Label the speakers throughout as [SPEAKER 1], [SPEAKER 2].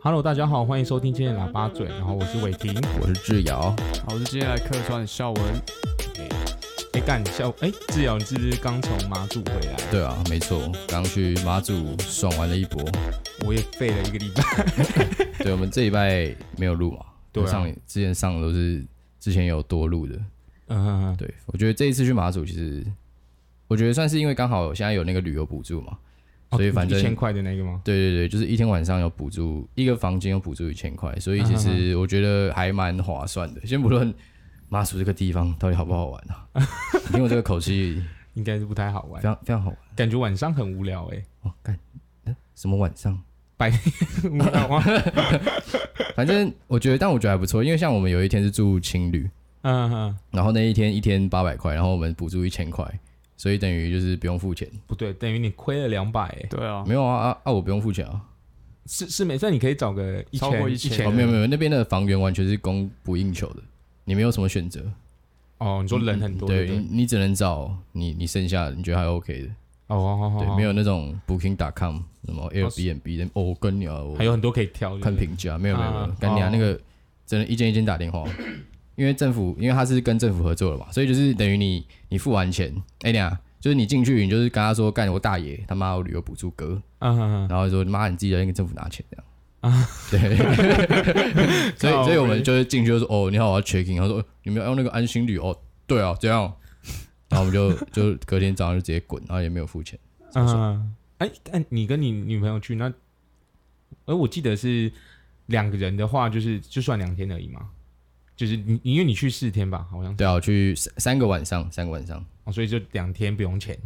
[SPEAKER 1] Hello，大家好，欢迎收听今天的喇叭嘴，然后我是伟霆。
[SPEAKER 2] 我是志尧，
[SPEAKER 3] 好，我是今天来客串的孝文，
[SPEAKER 1] 哎，干笑，哎，志尧，你是不是刚从马祖回来？
[SPEAKER 2] 对啊，没错，刚去马祖爽玩了一波。
[SPEAKER 1] 我也废了一个礼拜。
[SPEAKER 2] 对，我们这礼拜没有录嘛，
[SPEAKER 1] 对啊
[SPEAKER 2] 上之前上的都是之前有多录的。
[SPEAKER 1] 嗯，
[SPEAKER 2] 对，我觉得这一次去马祖，其实我觉得算是因为刚好现在有那个旅游补助嘛，所以反
[SPEAKER 1] 哦
[SPEAKER 2] 正
[SPEAKER 1] 一千块的那个吗？
[SPEAKER 2] 对对对，就是一天晚上有补助一个房间有补助一千块，所以其实我觉得还蛮划算的。先不论马祖这个地方到底好不好玩啊，你听我这个口气，
[SPEAKER 1] 应该是不太好玩
[SPEAKER 2] 非，常非常好玩
[SPEAKER 1] 感觉晚上很无聊哎。
[SPEAKER 2] 哦。干，呃什么晚上？
[SPEAKER 1] 无聊吗？
[SPEAKER 2] 反正我觉得，但我觉得还不错，因为像我们有一天是住青旅，
[SPEAKER 1] 嗯嗯，
[SPEAKER 2] 然后那一天一天八百块，然后我们补助一千块，所以等于就是不用付钱。
[SPEAKER 1] 不对，等于你亏了两百哎。
[SPEAKER 3] 对啊，
[SPEAKER 2] 没有啊啊啊！我不用付钱啊！
[SPEAKER 1] 是是没事，你可以找个一
[SPEAKER 3] 超过
[SPEAKER 1] 千
[SPEAKER 3] 一千
[SPEAKER 2] 哦，没有没有，那边的房源完全是供不应求的，你没有什么选择。
[SPEAKER 1] 哦，你说人很多
[SPEAKER 2] 嗯对
[SPEAKER 1] 不
[SPEAKER 2] 你你只能找你你剩下的你觉得还 OK 的，
[SPEAKER 1] 哦哦哦，
[SPEAKER 2] 对
[SPEAKER 1] 哦，
[SPEAKER 2] 没有那种 Booking.com 什么
[SPEAKER 1] 是
[SPEAKER 2] Airbnb 的哦，我跟你啊，我
[SPEAKER 1] 还有很多可以挑，
[SPEAKER 2] 看
[SPEAKER 1] 对不对
[SPEAKER 2] 评价，没有没有没有
[SPEAKER 1] 啊，
[SPEAKER 2] 干你啊
[SPEAKER 1] 哦
[SPEAKER 2] 那个真的，一间一间打电话，因为政府因为他是跟政府合作了嘛，所以就是等于你你付完钱，哎呀，就是你进去你就是跟他说干我大爷他妈我旅游补助哥，
[SPEAKER 1] 嗯嗯嗯
[SPEAKER 2] 然后说妈你自己来跟政府拿钱这样。啊，对， 所
[SPEAKER 1] 靠
[SPEAKER 2] 以所 以我
[SPEAKER 1] 北
[SPEAKER 2] 们就是进去就说哦，你好，我要 check in。他说呃你们要用那个安心旅哦，对啊，这样，然后我们就就隔天早上就直接滚，然后也没有付钱。
[SPEAKER 1] 嗯嗯，哎，哎，你跟你女朋友去那，哎，我记得是两个人的话，就是就算两天而已嘛，就是你因为你去四天吧，好像，
[SPEAKER 2] 对啊，我去三三个晚上，三个晚上，
[SPEAKER 1] 哦，所以就两天不用钱，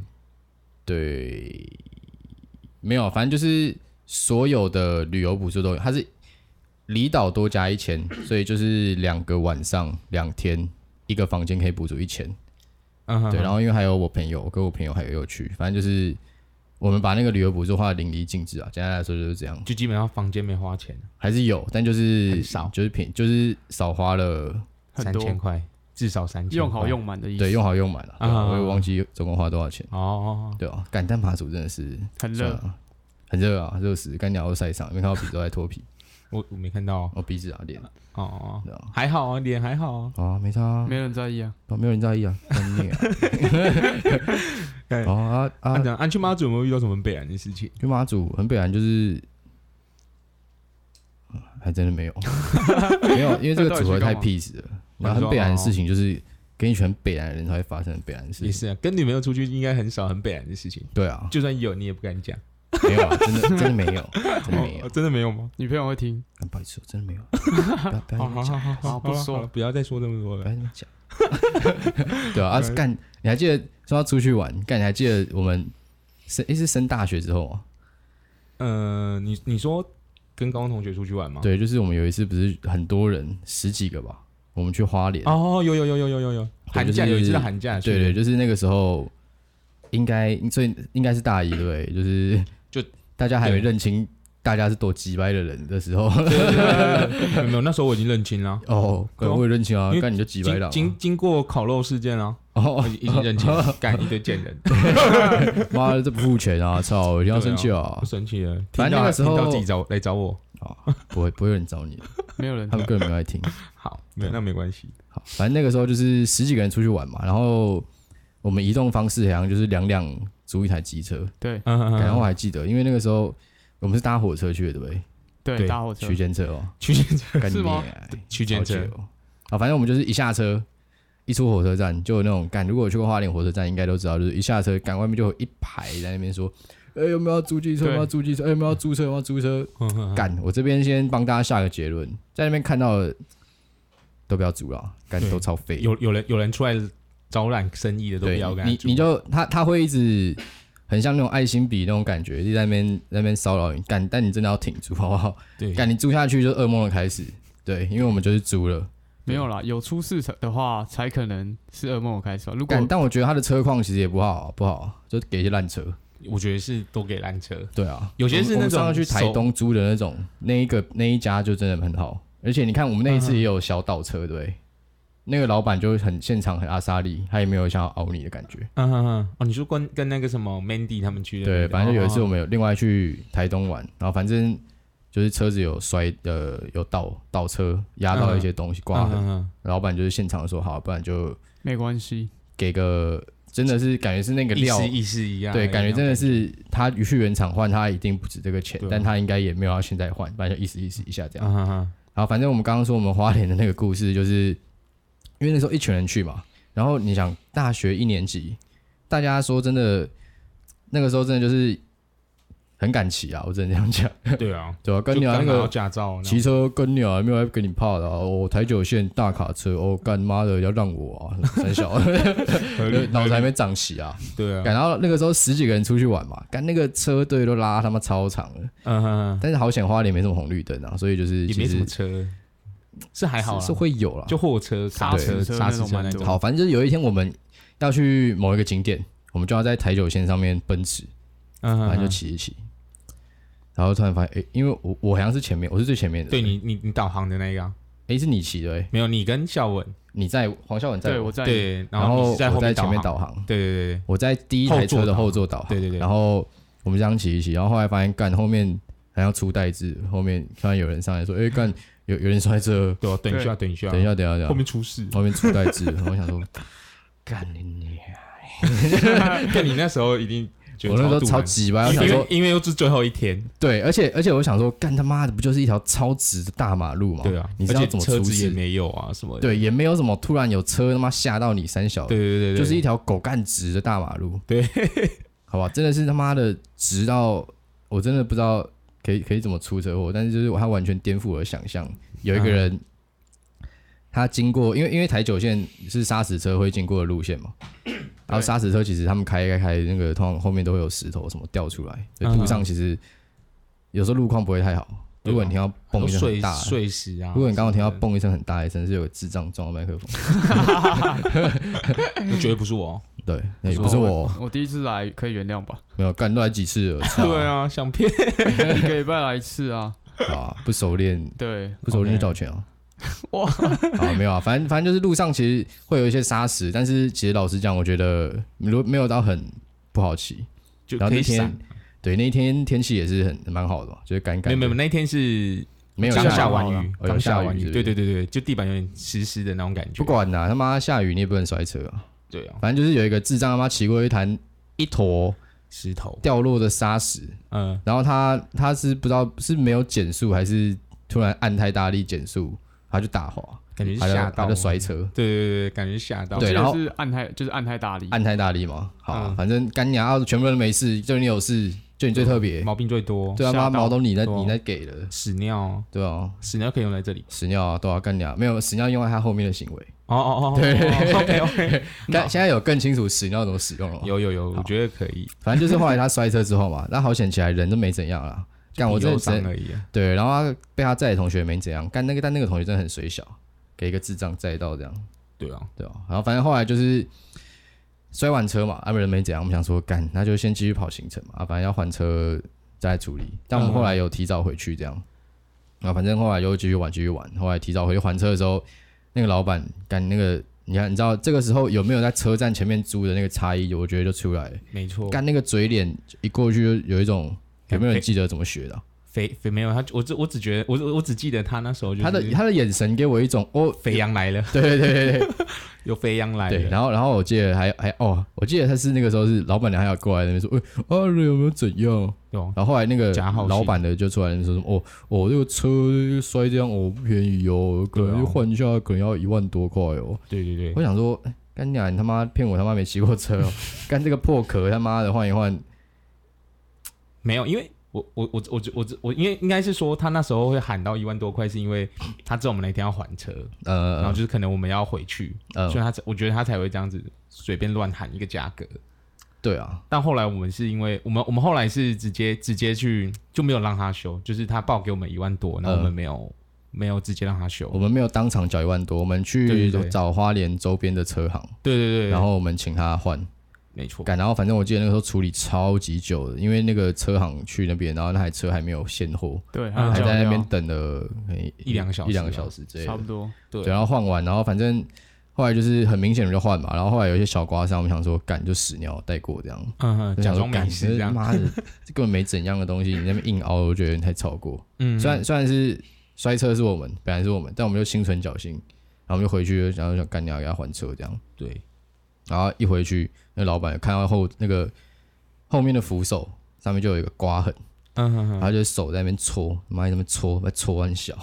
[SPEAKER 2] 对，没有，啊反正就是所有的旅游补助都有，它是离岛多加一千， 所以就是两个晚上两天，一个房间可以补助一千。
[SPEAKER 1] 嗯，嗯
[SPEAKER 2] 对，
[SPEAKER 1] 嗯
[SPEAKER 2] 然后因为还有我朋友，我跟我朋友还有有去，反正就是我们把那个旅游补助划得淋漓尽致啊。简单来说就是这样，
[SPEAKER 1] 就基本上房间没花钱，
[SPEAKER 2] 还是有，但就是
[SPEAKER 1] 很少
[SPEAKER 2] 就是便就是少花了，
[SPEAKER 3] 很
[SPEAKER 1] 三
[SPEAKER 3] 多
[SPEAKER 1] 千块，至少三千，
[SPEAKER 3] 用好，用满的意思，
[SPEAKER 2] 对，用好用满了、对啊
[SPEAKER 1] 啊
[SPEAKER 2] 我也忘记总共花多少钱，
[SPEAKER 1] 哦，
[SPEAKER 2] 对啊，干但马祖真的是算
[SPEAKER 3] 很热
[SPEAKER 2] 了，很热啊，热死，干鸟都晒伤，没看到鼻子都在脱皮，
[SPEAKER 1] 我我没看到，哦
[SPEAKER 2] 我鼻子啊脸
[SPEAKER 1] 哦，
[SPEAKER 2] 对
[SPEAKER 1] 哦还好啊，脸还好啊，
[SPEAKER 2] 啊，没差、啊，
[SPEAKER 3] 没人在意啊。
[SPEAKER 2] 没有人在意 啊，干你啊
[SPEAKER 1] 对
[SPEAKER 2] 哦啊
[SPEAKER 1] 啊，
[SPEAKER 2] 啊，
[SPEAKER 1] 讲安去妈祖有没有遇到什么北然的事情？
[SPEAKER 2] 军马祖很北然就是，嗯还真 的没有，没有，因为这个组合太 peace 了。然后很北然的事情就是跟一群很北然的人才会发生很北然的事
[SPEAKER 1] 哦也
[SPEAKER 2] 情。
[SPEAKER 1] 是啊，跟女朋友出去应该很少很北然的事情，
[SPEAKER 2] 对啊，
[SPEAKER 1] 就算有你也不敢讲，
[SPEAKER 2] 没有啊，真的真的没有，真的没有
[SPEAKER 1] 哦，真的没有吗？
[SPEAKER 3] 女朋友会听，
[SPEAKER 2] 很不好意思，我真 的没有，不要不要
[SPEAKER 1] 好
[SPEAKER 2] 你们
[SPEAKER 1] 好
[SPEAKER 2] 讲，
[SPEAKER 1] 好好哦好，
[SPEAKER 3] 不说
[SPEAKER 1] 了，不要再说这么多
[SPEAKER 2] 不
[SPEAKER 1] 了。
[SPEAKER 2] 要你们讲。 对啊，啊干，你还记得说要出去玩？干，你还记得我们升诶是升大学之后啊？
[SPEAKER 1] 嗯、你你说跟高中同学出去玩吗？。
[SPEAKER 2] 对，就是我们有一次不是很多人十几个吧，我们去花莲。
[SPEAKER 1] 哦，有有有有有有有，寒假
[SPEAKER 2] 就是
[SPEAKER 1] 有一次是寒假，
[SPEAKER 2] 对对，，就是那个时候，应该所以应该是大一对不对，就是
[SPEAKER 1] 就
[SPEAKER 2] 大家还没
[SPEAKER 1] 对
[SPEAKER 2] 认清大家是多鸡掰的人的时候，
[SPEAKER 1] 没有没有，那时候我已经认清了，
[SPEAKER 2] 哦，可能会认清啊
[SPEAKER 1] 因为，
[SPEAKER 2] 干你就鸡掰了
[SPEAKER 1] 经
[SPEAKER 2] 啊，
[SPEAKER 1] 经经过烤肉事件 啊，我
[SPEAKER 2] 哦，
[SPEAKER 1] 已已经认清了，干一堆贱 人，
[SPEAKER 2] 妈的这不付钱啊，操，我一定要生气啊
[SPEAKER 1] 我，生气了。
[SPEAKER 2] 反正那个时候
[SPEAKER 1] 听到自己找来找我，
[SPEAKER 2] 啊，不会不会有人找你的，
[SPEAKER 3] 没有人
[SPEAKER 2] 他，们根本没有来听。
[SPEAKER 1] 好，没有那没关系，
[SPEAKER 2] 好，反正那个时候就是十几个人出去玩嘛，然后我们移动方式好像就是两两租一台机车，
[SPEAKER 3] 对
[SPEAKER 1] 嗯嗯
[SPEAKER 2] 然后
[SPEAKER 1] 嗯，
[SPEAKER 2] 我还记得，因为那个时候我们是搭火车去的，对不对？
[SPEAKER 1] 对
[SPEAKER 3] 对，搭
[SPEAKER 1] 啊
[SPEAKER 3] 火车
[SPEAKER 2] 区间车 哦，
[SPEAKER 1] 区间车，
[SPEAKER 2] 干
[SPEAKER 3] 是吗
[SPEAKER 2] 你啊
[SPEAKER 1] 区间车
[SPEAKER 2] 超久啊，反正我们就是一下车，一出火车站就有那种干。如果有去过花莲火车站，应该都知道，就是一下车，赶外面就有一排在那边说：“哎、有没有要租机车？有
[SPEAKER 3] 对
[SPEAKER 2] 没有要租机车？哎、有没有要租车？有没有要租车
[SPEAKER 1] 嗯嗯？”嗯
[SPEAKER 2] 干，我这边先帮大家下个结论，在那边看到的都不要租了，干
[SPEAKER 1] 对
[SPEAKER 2] 都超废。
[SPEAKER 1] 有有人有人出来招揽生意的都不
[SPEAKER 2] 对
[SPEAKER 1] 要跟他
[SPEAKER 2] 你，
[SPEAKER 1] 住
[SPEAKER 2] 你就他他会一直很像那种爱心笔那种感觉，就在那边在那边骚扰你干，但你真的要挺住好不好？
[SPEAKER 1] 对，
[SPEAKER 2] 干，你租下去就是噩梦的开始。对，因为我们就是租了。
[SPEAKER 3] 没有啦，有出事的话才可能是噩梦的开始吧。如果
[SPEAKER 2] 但但我觉得他的车况其实也不好，啊不好，就给一些烂车。
[SPEAKER 1] 我觉得是都给烂车，
[SPEAKER 2] 对啊，
[SPEAKER 1] 有些是
[SPEAKER 2] 我
[SPEAKER 1] 那
[SPEAKER 2] 们
[SPEAKER 1] 种
[SPEAKER 2] 上次去台
[SPEAKER 1] 手
[SPEAKER 2] 东租的那种，那一个那一家就真的很好。而且你看，我们那
[SPEAKER 1] 嗯
[SPEAKER 2] 一次也有小倒车，对不对，那个老板就很现场很阿莎丽，他也没有想要熬你的感觉。
[SPEAKER 1] 嗯嗯嗯，哦，你说跟跟那个什么哦 Mandy 他们去的那
[SPEAKER 2] 对，
[SPEAKER 1] 个，
[SPEAKER 2] 反正就有一次
[SPEAKER 1] 哦
[SPEAKER 2] 我们有另外去台东玩，然后反正就是车子有摔呃有倒倒车压到一些东西挂
[SPEAKER 1] 嗯
[SPEAKER 2] 的，
[SPEAKER 1] 嗯嗯
[SPEAKER 2] 老板就是现场说好，不然就
[SPEAKER 3] 没关系，
[SPEAKER 2] 给个真的是感觉是那个
[SPEAKER 1] 意
[SPEAKER 2] 料
[SPEAKER 1] 思啊意思一样，
[SPEAKER 2] 对，感觉真的
[SPEAKER 1] 一样
[SPEAKER 2] 是他去原厂换，他一定不值这个钱
[SPEAKER 1] 对啊，
[SPEAKER 2] 但他应该也没有要现在换，反正就意思意思一下这样。
[SPEAKER 1] 啊哈哈，
[SPEAKER 2] 然后反正我们刚刚说我们花莲的那个故事，就是因为那时候一群人去嘛，然后你想大学一年级，大家说真的，那个时候真的就是很敢骑啊，我只能这样讲，
[SPEAKER 1] 对啊，
[SPEAKER 2] 对 啊？跟
[SPEAKER 1] 就
[SPEAKER 2] 你啊那
[SPEAKER 1] 刚拿到
[SPEAKER 2] 个
[SPEAKER 1] 驾照，
[SPEAKER 2] 骑车跟你啊，没有人跟你怕的啊，我、台九线大卡车，哦干妈的要让我啊，很小， 脑子还没长齐啊。
[SPEAKER 1] 对啊，
[SPEAKER 2] 干然后那个时候十几个人出去玩嘛，干那个车队都拉他妈超长了，
[SPEAKER 1] 嗯哼哼，
[SPEAKER 2] 但是好险花莲没什么红绿灯啊，所以就是
[SPEAKER 1] 也
[SPEAKER 2] 其
[SPEAKER 1] 没什
[SPEAKER 2] 实
[SPEAKER 1] 么车，是还好
[SPEAKER 2] 是
[SPEAKER 1] 啦
[SPEAKER 2] 是，会有啦。
[SPEAKER 1] 就货车、卡车、
[SPEAKER 3] 对
[SPEAKER 1] 砂石车那
[SPEAKER 3] 对
[SPEAKER 1] 种，
[SPEAKER 2] 好，反正就是有一天我们要去某一个景点，我们就要在台九线上面奔驰，
[SPEAKER 1] 嗯哼
[SPEAKER 2] 反
[SPEAKER 1] 哼，
[SPEAKER 2] 正就骑一骑。然后突然发现，哎、因为我我好像是前面，我是最前面的。
[SPEAKER 1] 对，你你你导航的那一个啊，
[SPEAKER 2] 哎、是你骑的、诶
[SPEAKER 1] 没有你跟孝文，
[SPEAKER 2] 你在黄孝文在
[SPEAKER 3] 对
[SPEAKER 2] 我，
[SPEAKER 3] 我在，
[SPEAKER 1] 对，
[SPEAKER 2] 然
[SPEAKER 1] 后你
[SPEAKER 2] 后
[SPEAKER 1] 是在后
[SPEAKER 2] 我在
[SPEAKER 1] 面
[SPEAKER 2] 前面
[SPEAKER 1] 导航，
[SPEAKER 2] 导航，
[SPEAKER 1] 对对对对，
[SPEAKER 2] 我在第一台车的后座导航，
[SPEAKER 1] 对对对
[SPEAKER 2] 然后我们这样骑一骑，然后后来发现干后面好像出代志，后面突然有人上来说，哎、干有有人摔车，
[SPEAKER 1] 对啊，等一下
[SPEAKER 3] 对
[SPEAKER 1] 等一下，
[SPEAKER 2] 等一下等一下等一下，
[SPEAKER 1] 后面出 事，
[SPEAKER 2] 后面出代志，我想说，干你你，
[SPEAKER 1] 但你那时候一定觉得
[SPEAKER 2] 我那时候
[SPEAKER 1] 肚
[SPEAKER 2] 超
[SPEAKER 1] 腩
[SPEAKER 2] 急吧，我
[SPEAKER 1] 因
[SPEAKER 2] 想
[SPEAKER 1] 为因
[SPEAKER 2] 说
[SPEAKER 1] 为。因为又是最后一天，
[SPEAKER 2] 对，而且而且我想说，干他妈的不就是一条超直的大马路嘛？
[SPEAKER 1] 对啊，
[SPEAKER 2] 你知
[SPEAKER 1] 而
[SPEAKER 2] 道
[SPEAKER 1] 且
[SPEAKER 2] 怎么
[SPEAKER 1] 车
[SPEAKER 2] 出
[SPEAKER 1] 子也
[SPEAKER 2] 事？
[SPEAKER 1] 没有啊什么的，
[SPEAKER 2] 对，也没有什么突然有车他妈吓到你三小，
[SPEAKER 1] 对对对对，
[SPEAKER 2] 就是一条狗干直的大马路。
[SPEAKER 1] 对，
[SPEAKER 2] 好吧，真的是他妈的直到我真的不知道可以可以怎么出车祸，但是就是他完全颠覆我的想象。有一
[SPEAKER 1] 嗯
[SPEAKER 2] 个人，他经过，因为因为台九线是砂石车会经过的路 线嘛，然后砂石车其实他们开开开那个通常后面都会有石头什么掉出来，
[SPEAKER 1] 嗯
[SPEAKER 2] 所以路上其实有时候路况不会太好。
[SPEAKER 1] 对啊
[SPEAKER 2] 如果你听到
[SPEAKER 1] 很
[SPEAKER 2] 嘣
[SPEAKER 1] 多
[SPEAKER 2] 一声很
[SPEAKER 1] 碎
[SPEAKER 2] 大，
[SPEAKER 1] 碎石啊，
[SPEAKER 2] 如果你刚刚听到嘣一声很大一声，是有个智障撞到麦克风，
[SPEAKER 1] 嘣，绝对不是我，
[SPEAKER 2] 对，那也不是我，
[SPEAKER 3] 我第一次来可以原谅吧？
[SPEAKER 2] 没有干都来几次了，操
[SPEAKER 1] 对啊，想骗，
[SPEAKER 3] 一个礼拜来一次啊，
[SPEAKER 2] 啊，不熟练
[SPEAKER 3] 对，
[SPEAKER 2] 不熟练就道 歉啊。
[SPEAKER 3] 哇，
[SPEAKER 2] 好，没有啊，反正反正就是路上其实会有一些沙石，但是其实老实讲，我觉得如果没有到很不好骑。
[SPEAKER 1] 就
[SPEAKER 2] 然后
[SPEAKER 1] 可以
[SPEAKER 2] 那天
[SPEAKER 1] 闪，，
[SPEAKER 2] 对那一天天气也是很蛮好的嘛，就是干
[SPEAKER 1] 没
[SPEAKER 2] 干
[SPEAKER 1] 有
[SPEAKER 2] 的，
[SPEAKER 1] 没有，那天是
[SPEAKER 2] 没有
[SPEAKER 1] 刚
[SPEAKER 2] 下
[SPEAKER 1] 下
[SPEAKER 2] 雨
[SPEAKER 1] 完
[SPEAKER 3] 雨
[SPEAKER 1] 雨，
[SPEAKER 2] 哦有
[SPEAKER 1] 刚
[SPEAKER 2] 下
[SPEAKER 1] 下
[SPEAKER 2] 雨
[SPEAKER 1] 完
[SPEAKER 2] 是
[SPEAKER 1] 雨，
[SPEAKER 2] 不
[SPEAKER 1] 对对
[SPEAKER 2] 是
[SPEAKER 1] 对对，就地板有点湿湿的那种感觉，
[SPEAKER 2] 不管啦、他妈下雨你也不能摔车啊。
[SPEAKER 1] 对啊，
[SPEAKER 2] 反正就是有一个智障他妈骑过一滩一坨
[SPEAKER 1] 石头，
[SPEAKER 2] 掉落的沙石，
[SPEAKER 1] 嗯，
[SPEAKER 2] 然后他他是不知道是没有减速还是突然按太大力减速，他就打滑，
[SPEAKER 1] 感觉是
[SPEAKER 2] 他就
[SPEAKER 1] 吓
[SPEAKER 2] 他
[SPEAKER 1] 到
[SPEAKER 2] 就，摔车。
[SPEAKER 1] 对对对，对感觉是吓到，
[SPEAKER 2] 对
[SPEAKER 3] 这个
[SPEAKER 2] 然后
[SPEAKER 3] 是按太就是按太大力，
[SPEAKER 2] 按太大力嘛，好啊、
[SPEAKER 1] 嗯
[SPEAKER 2] 反正干娘要全部人都没事，就你有事，就你最特别。
[SPEAKER 1] 毛病最多，
[SPEAKER 2] 对啊，
[SPEAKER 3] 吓
[SPEAKER 2] 妈
[SPEAKER 3] 到
[SPEAKER 2] 毛都你在
[SPEAKER 1] 嗯对啊
[SPEAKER 2] 你在给了，
[SPEAKER 1] 屎尿，
[SPEAKER 2] 对啊，
[SPEAKER 1] 屎尿可以用在这里，
[SPEAKER 2] 屎尿啊，对啊，干娘没有屎尿用在他后面的行为。
[SPEAKER 1] 哦哦哦，对，OK OK，
[SPEAKER 2] 但现在有更清楚屎尿怎么使用了嘛？，
[SPEAKER 1] 嗯有有有，我觉得可以，
[SPEAKER 2] 反正就是后来他摔车之后嘛，那好险起来人都没怎样啦。干我真
[SPEAKER 1] 忧
[SPEAKER 2] 的
[SPEAKER 1] 伤
[SPEAKER 2] 真
[SPEAKER 1] 而已啊，
[SPEAKER 2] 对，然后他被他载的同学也没怎样，干那个但那个同学真的很水小，给一个智障载到这样。
[SPEAKER 1] 对啊，
[SPEAKER 2] 对哦，然后反正后来就是摔完车嘛，阿、啊、人没怎样，我们想说干，那就先继续跑行程嘛，啊，反正要换车再处理。但
[SPEAKER 1] 嗯
[SPEAKER 2] 我们后来有提早回去这样，然后反正后来又继续玩，继续玩。后来提早回去还车的时候，那个老板干那个，你看你知道这个时候有没有在车站前面租的那个差异，我觉得就出来了。
[SPEAKER 1] 没错，
[SPEAKER 2] 干那个嘴脸一过去就有一种，有没有人记得怎么学的啊、
[SPEAKER 1] 肥肥没有他，我只我只觉得我我我只记得他那时候就是
[SPEAKER 2] 他的他的眼神给我一种哦，
[SPEAKER 1] 肥羊来了，
[SPEAKER 2] 对对对对对。
[SPEAKER 1] 有肥羊来
[SPEAKER 2] 对，
[SPEAKER 1] 了，
[SPEAKER 2] 然后然后我记得还还哦，我记得他是那个时候是老板娘还有过来那边说，哎、啊人有没有怎样？
[SPEAKER 1] 有
[SPEAKER 2] 然后后来那个
[SPEAKER 1] 假好心
[SPEAKER 2] 老板的就出来那边说什么哦哦这个车摔这样哦不便宜哦，可
[SPEAKER 1] 对啊
[SPEAKER 2] 能就换一下可能要一万多块哦。
[SPEAKER 1] 对对
[SPEAKER 2] 我
[SPEAKER 1] 对，
[SPEAKER 2] 想说，哎干娘你他妈骗我他妈没骑过车哦，干这个破壳他妈的换一换，
[SPEAKER 1] 没有，因为我我我我我我因为应该是说他那时候会喊到一万多块，是因为他知道我们那天要还车，然后
[SPEAKER 2] 呃
[SPEAKER 1] 就是可能我们要回去，
[SPEAKER 2] 呃
[SPEAKER 1] 所以他才我觉得他才会这样子随便乱喊一个价格。
[SPEAKER 2] 对啊，
[SPEAKER 1] 但后来我们是因为我们我们后来是直接直接去就没有让他修，就是他报给我们一万多，然后我们没有、
[SPEAKER 2] 嗯
[SPEAKER 1] 没有直接让他修。
[SPEAKER 2] 我们没有当场缴一万多，我们去
[SPEAKER 1] 对对对
[SPEAKER 2] 找花莲周边的车行，
[SPEAKER 1] 对对对，
[SPEAKER 2] 然后我们请他换。
[SPEAKER 1] 没错，
[SPEAKER 2] 干，然后反正我记得那个时候处理超级久的，因为那个车行去那边，然后那台车还没有现货，
[SPEAKER 3] 对，
[SPEAKER 1] 嗯
[SPEAKER 3] 还有
[SPEAKER 2] 还
[SPEAKER 3] 叫
[SPEAKER 2] 在那
[SPEAKER 3] 料
[SPEAKER 2] 边等了可能
[SPEAKER 1] 一两个小时啊
[SPEAKER 2] 一两个
[SPEAKER 1] 吧
[SPEAKER 2] 小时之类
[SPEAKER 3] 差不
[SPEAKER 2] 的。
[SPEAKER 3] 多，
[SPEAKER 1] 对
[SPEAKER 2] 对，然后换完，然后反正后来就是很明显的就换嘛，然后后来有一些小刮伤，我们想说干就屎尿带过这样，
[SPEAKER 1] 嗯哼，
[SPEAKER 2] 就
[SPEAKER 1] 假
[SPEAKER 2] 想说
[SPEAKER 1] 装没
[SPEAKER 2] 干
[SPEAKER 1] 事
[SPEAKER 2] 这
[SPEAKER 1] 这样，
[SPEAKER 2] 妈的，这根本没怎样的东西，你在那边硬熬，我觉得有点太超过。
[SPEAKER 1] 嗯，
[SPEAKER 2] 虽然虽然是摔车是我们，本来是我们，但我们就心存侥幸，然后我们就回去，然后想干掉给他还车这样。
[SPEAKER 1] 对，
[SPEAKER 2] 然后一回去，那老板看到后那个后面的扶手上面就有一个刮痕，
[SPEAKER 1] 嗯哼哼，
[SPEAKER 2] 他就手在那边搓，妈在那边搓，在搓 很小，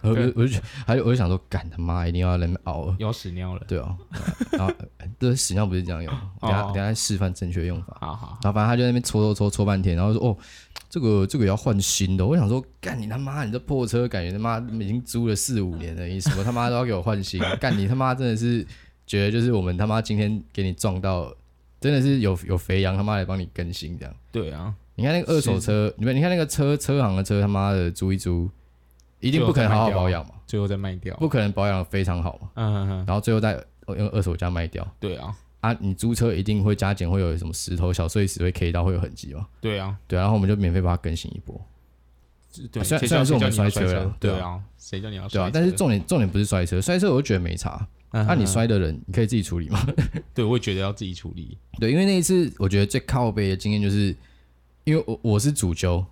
[SPEAKER 2] 我就我就觉得他就我就想说，干他妈一定要在那边熬了。
[SPEAKER 1] 有屎尿了，
[SPEAKER 2] 对啊，然后呃这屎尿不是这样用，我等下
[SPEAKER 1] 哦
[SPEAKER 2] 等下示范正确用法。
[SPEAKER 1] 好好，
[SPEAKER 2] 然后反正他就在那边搓搓搓搓半天，然后说哦，这个这个也要换新的。我想说，干你他妈，你这破车感觉他妈已经租了四五年了，你什么他妈都要给我换新？干你他妈真的是觉得就是我们他妈今天给你撞到，真的是有有肥羊他妈来帮你更新这样。
[SPEAKER 1] 对啊，
[SPEAKER 2] 你看那个二手车，你们你看那个车车行的车他妈的租一租，一定不可能好好保养嘛，
[SPEAKER 1] 最后再卖掉，
[SPEAKER 2] 不可能保养得非常好嘛，
[SPEAKER 1] 嗯哼哼，
[SPEAKER 2] 然后最后再呃用二手价卖掉。
[SPEAKER 1] 对啊，
[SPEAKER 2] 啊，你租车一定会加减，会有什么石头、小碎石会 K 到，会有痕迹嘛？
[SPEAKER 1] 对啊，
[SPEAKER 2] 对啊，然后我们就免费把它更新一波，
[SPEAKER 1] 对，
[SPEAKER 2] 虽然
[SPEAKER 1] 谁
[SPEAKER 2] 虽
[SPEAKER 1] 叫
[SPEAKER 2] 然是我
[SPEAKER 1] 谁叫
[SPEAKER 2] 们
[SPEAKER 1] 你要
[SPEAKER 2] 摔
[SPEAKER 1] 摔
[SPEAKER 2] 车啦对啊
[SPEAKER 1] 对啊，谁叫你要
[SPEAKER 2] 对
[SPEAKER 1] 摔
[SPEAKER 2] 啊
[SPEAKER 1] 车？，
[SPEAKER 2] 但是重点重点不是摔车，摔车我就觉得没差。
[SPEAKER 1] 嗯
[SPEAKER 2] 那、
[SPEAKER 1] 哼
[SPEAKER 2] 你
[SPEAKER 1] 哼
[SPEAKER 2] 摔的人，你可以自己处理嘛？
[SPEAKER 1] 对，我也觉得要自己处理。
[SPEAKER 2] 对，因为那一次我觉得最靠背的经验就是，因为我我是主揪，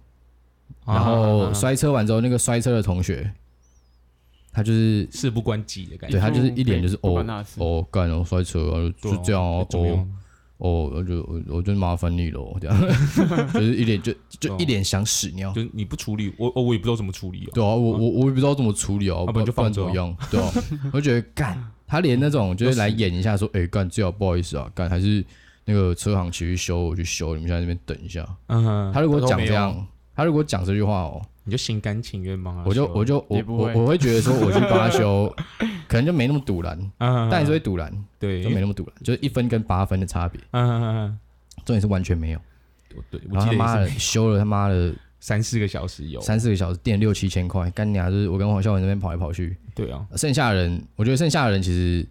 [SPEAKER 2] 然后
[SPEAKER 1] 啊
[SPEAKER 2] 摔车完之后，那个摔车的同学，他就是
[SPEAKER 1] 事不关己的感
[SPEAKER 2] 对
[SPEAKER 1] 觉，
[SPEAKER 2] 他就是一脸就是
[SPEAKER 3] 不
[SPEAKER 2] 哦
[SPEAKER 3] 关他的事
[SPEAKER 2] 哦干哦摔车哦
[SPEAKER 1] 对
[SPEAKER 2] 就
[SPEAKER 1] 啊
[SPEAKER 2] 就这样哦
[SPEAKER 1] 怎么
[SPEAKER 2] 哦
[SPEAKER 1] 样
[SPEAKER 2] 哦，我就我我就麻烦你喽，这样就是一脸就就
[SPEAKER 1] 哦
[SPEAKER 2] 一脸想屎尿。
[SPEAKER 1] 就是你不处理，我我我也不知道怎么处理哦。
[SPEAKER 2] 哦对啊，我我我也不知道怎么处理哦，
[SPEAKER 1] 要不然就放
[SPEAKER 2] 怎
[SPEAKER 1] 着
[SPEAKER 2] 么
[SPEAKER 1] 啊
[SPEAKER 2] 样？对啊， 我就觉得干，他连那种就是来演一下说，哎干，最好不好意思啊，干还是那个车行骑去修，我去修，你们现在这边等一下。
[SPEAKER 1] 嗯哼，
[SPEAKER 2] 他如果
[SPEAKER 1] 都
[SPEAKER 2] 讲
[SPEAKER 1] 没
[SPEAKER 2] 这
[SPEAKER 1] 有，啊
[SPEAKER 2] 样，他如果讲这句话哦，
[SPEAKER 1] 你就心甘情愿帮他啊修。
[SPEAKER 2] 我就我就我
[SPEAKER 3] 也不
[SPEAKER 2] 我
[SPEAKER 3] 会
[SPEAKER 2] 我会觉得说我去帮 他修，可能就没那么堵拦，
[SPEAKER 1] 嗯，
[SPEAKER 2] 但还是会堵拦，
[SPEAKER 1] 对，
[SPEAKER 2] 就没那么堵拦，就是一分跟八分的差别，
[SPEAKER 1] 嗯哼哼
[SPEAKER 2] 重点是完全没有。
[SPEAKER 1] 哼，哦对，我
[SPEAKER 2] 然后
[SPEAKER 1] 记得
[SPEAKER 2] 他妈
[SPEAKER 1] 也
[SPEAKER 2] 的
[SPEAKER 1] 是
[SPEAKER 2] 修了他妈的
[SPEAKER 1] 三四个小时有。
[SPEAKER 2] 三四个小时，垫六七千块，干娘就是我跟黄孝文那边跑来跑去，
[SPEAKER 1] 对啊，
[SPEAKER 2] 剩下的人我觉得剩下的人其实。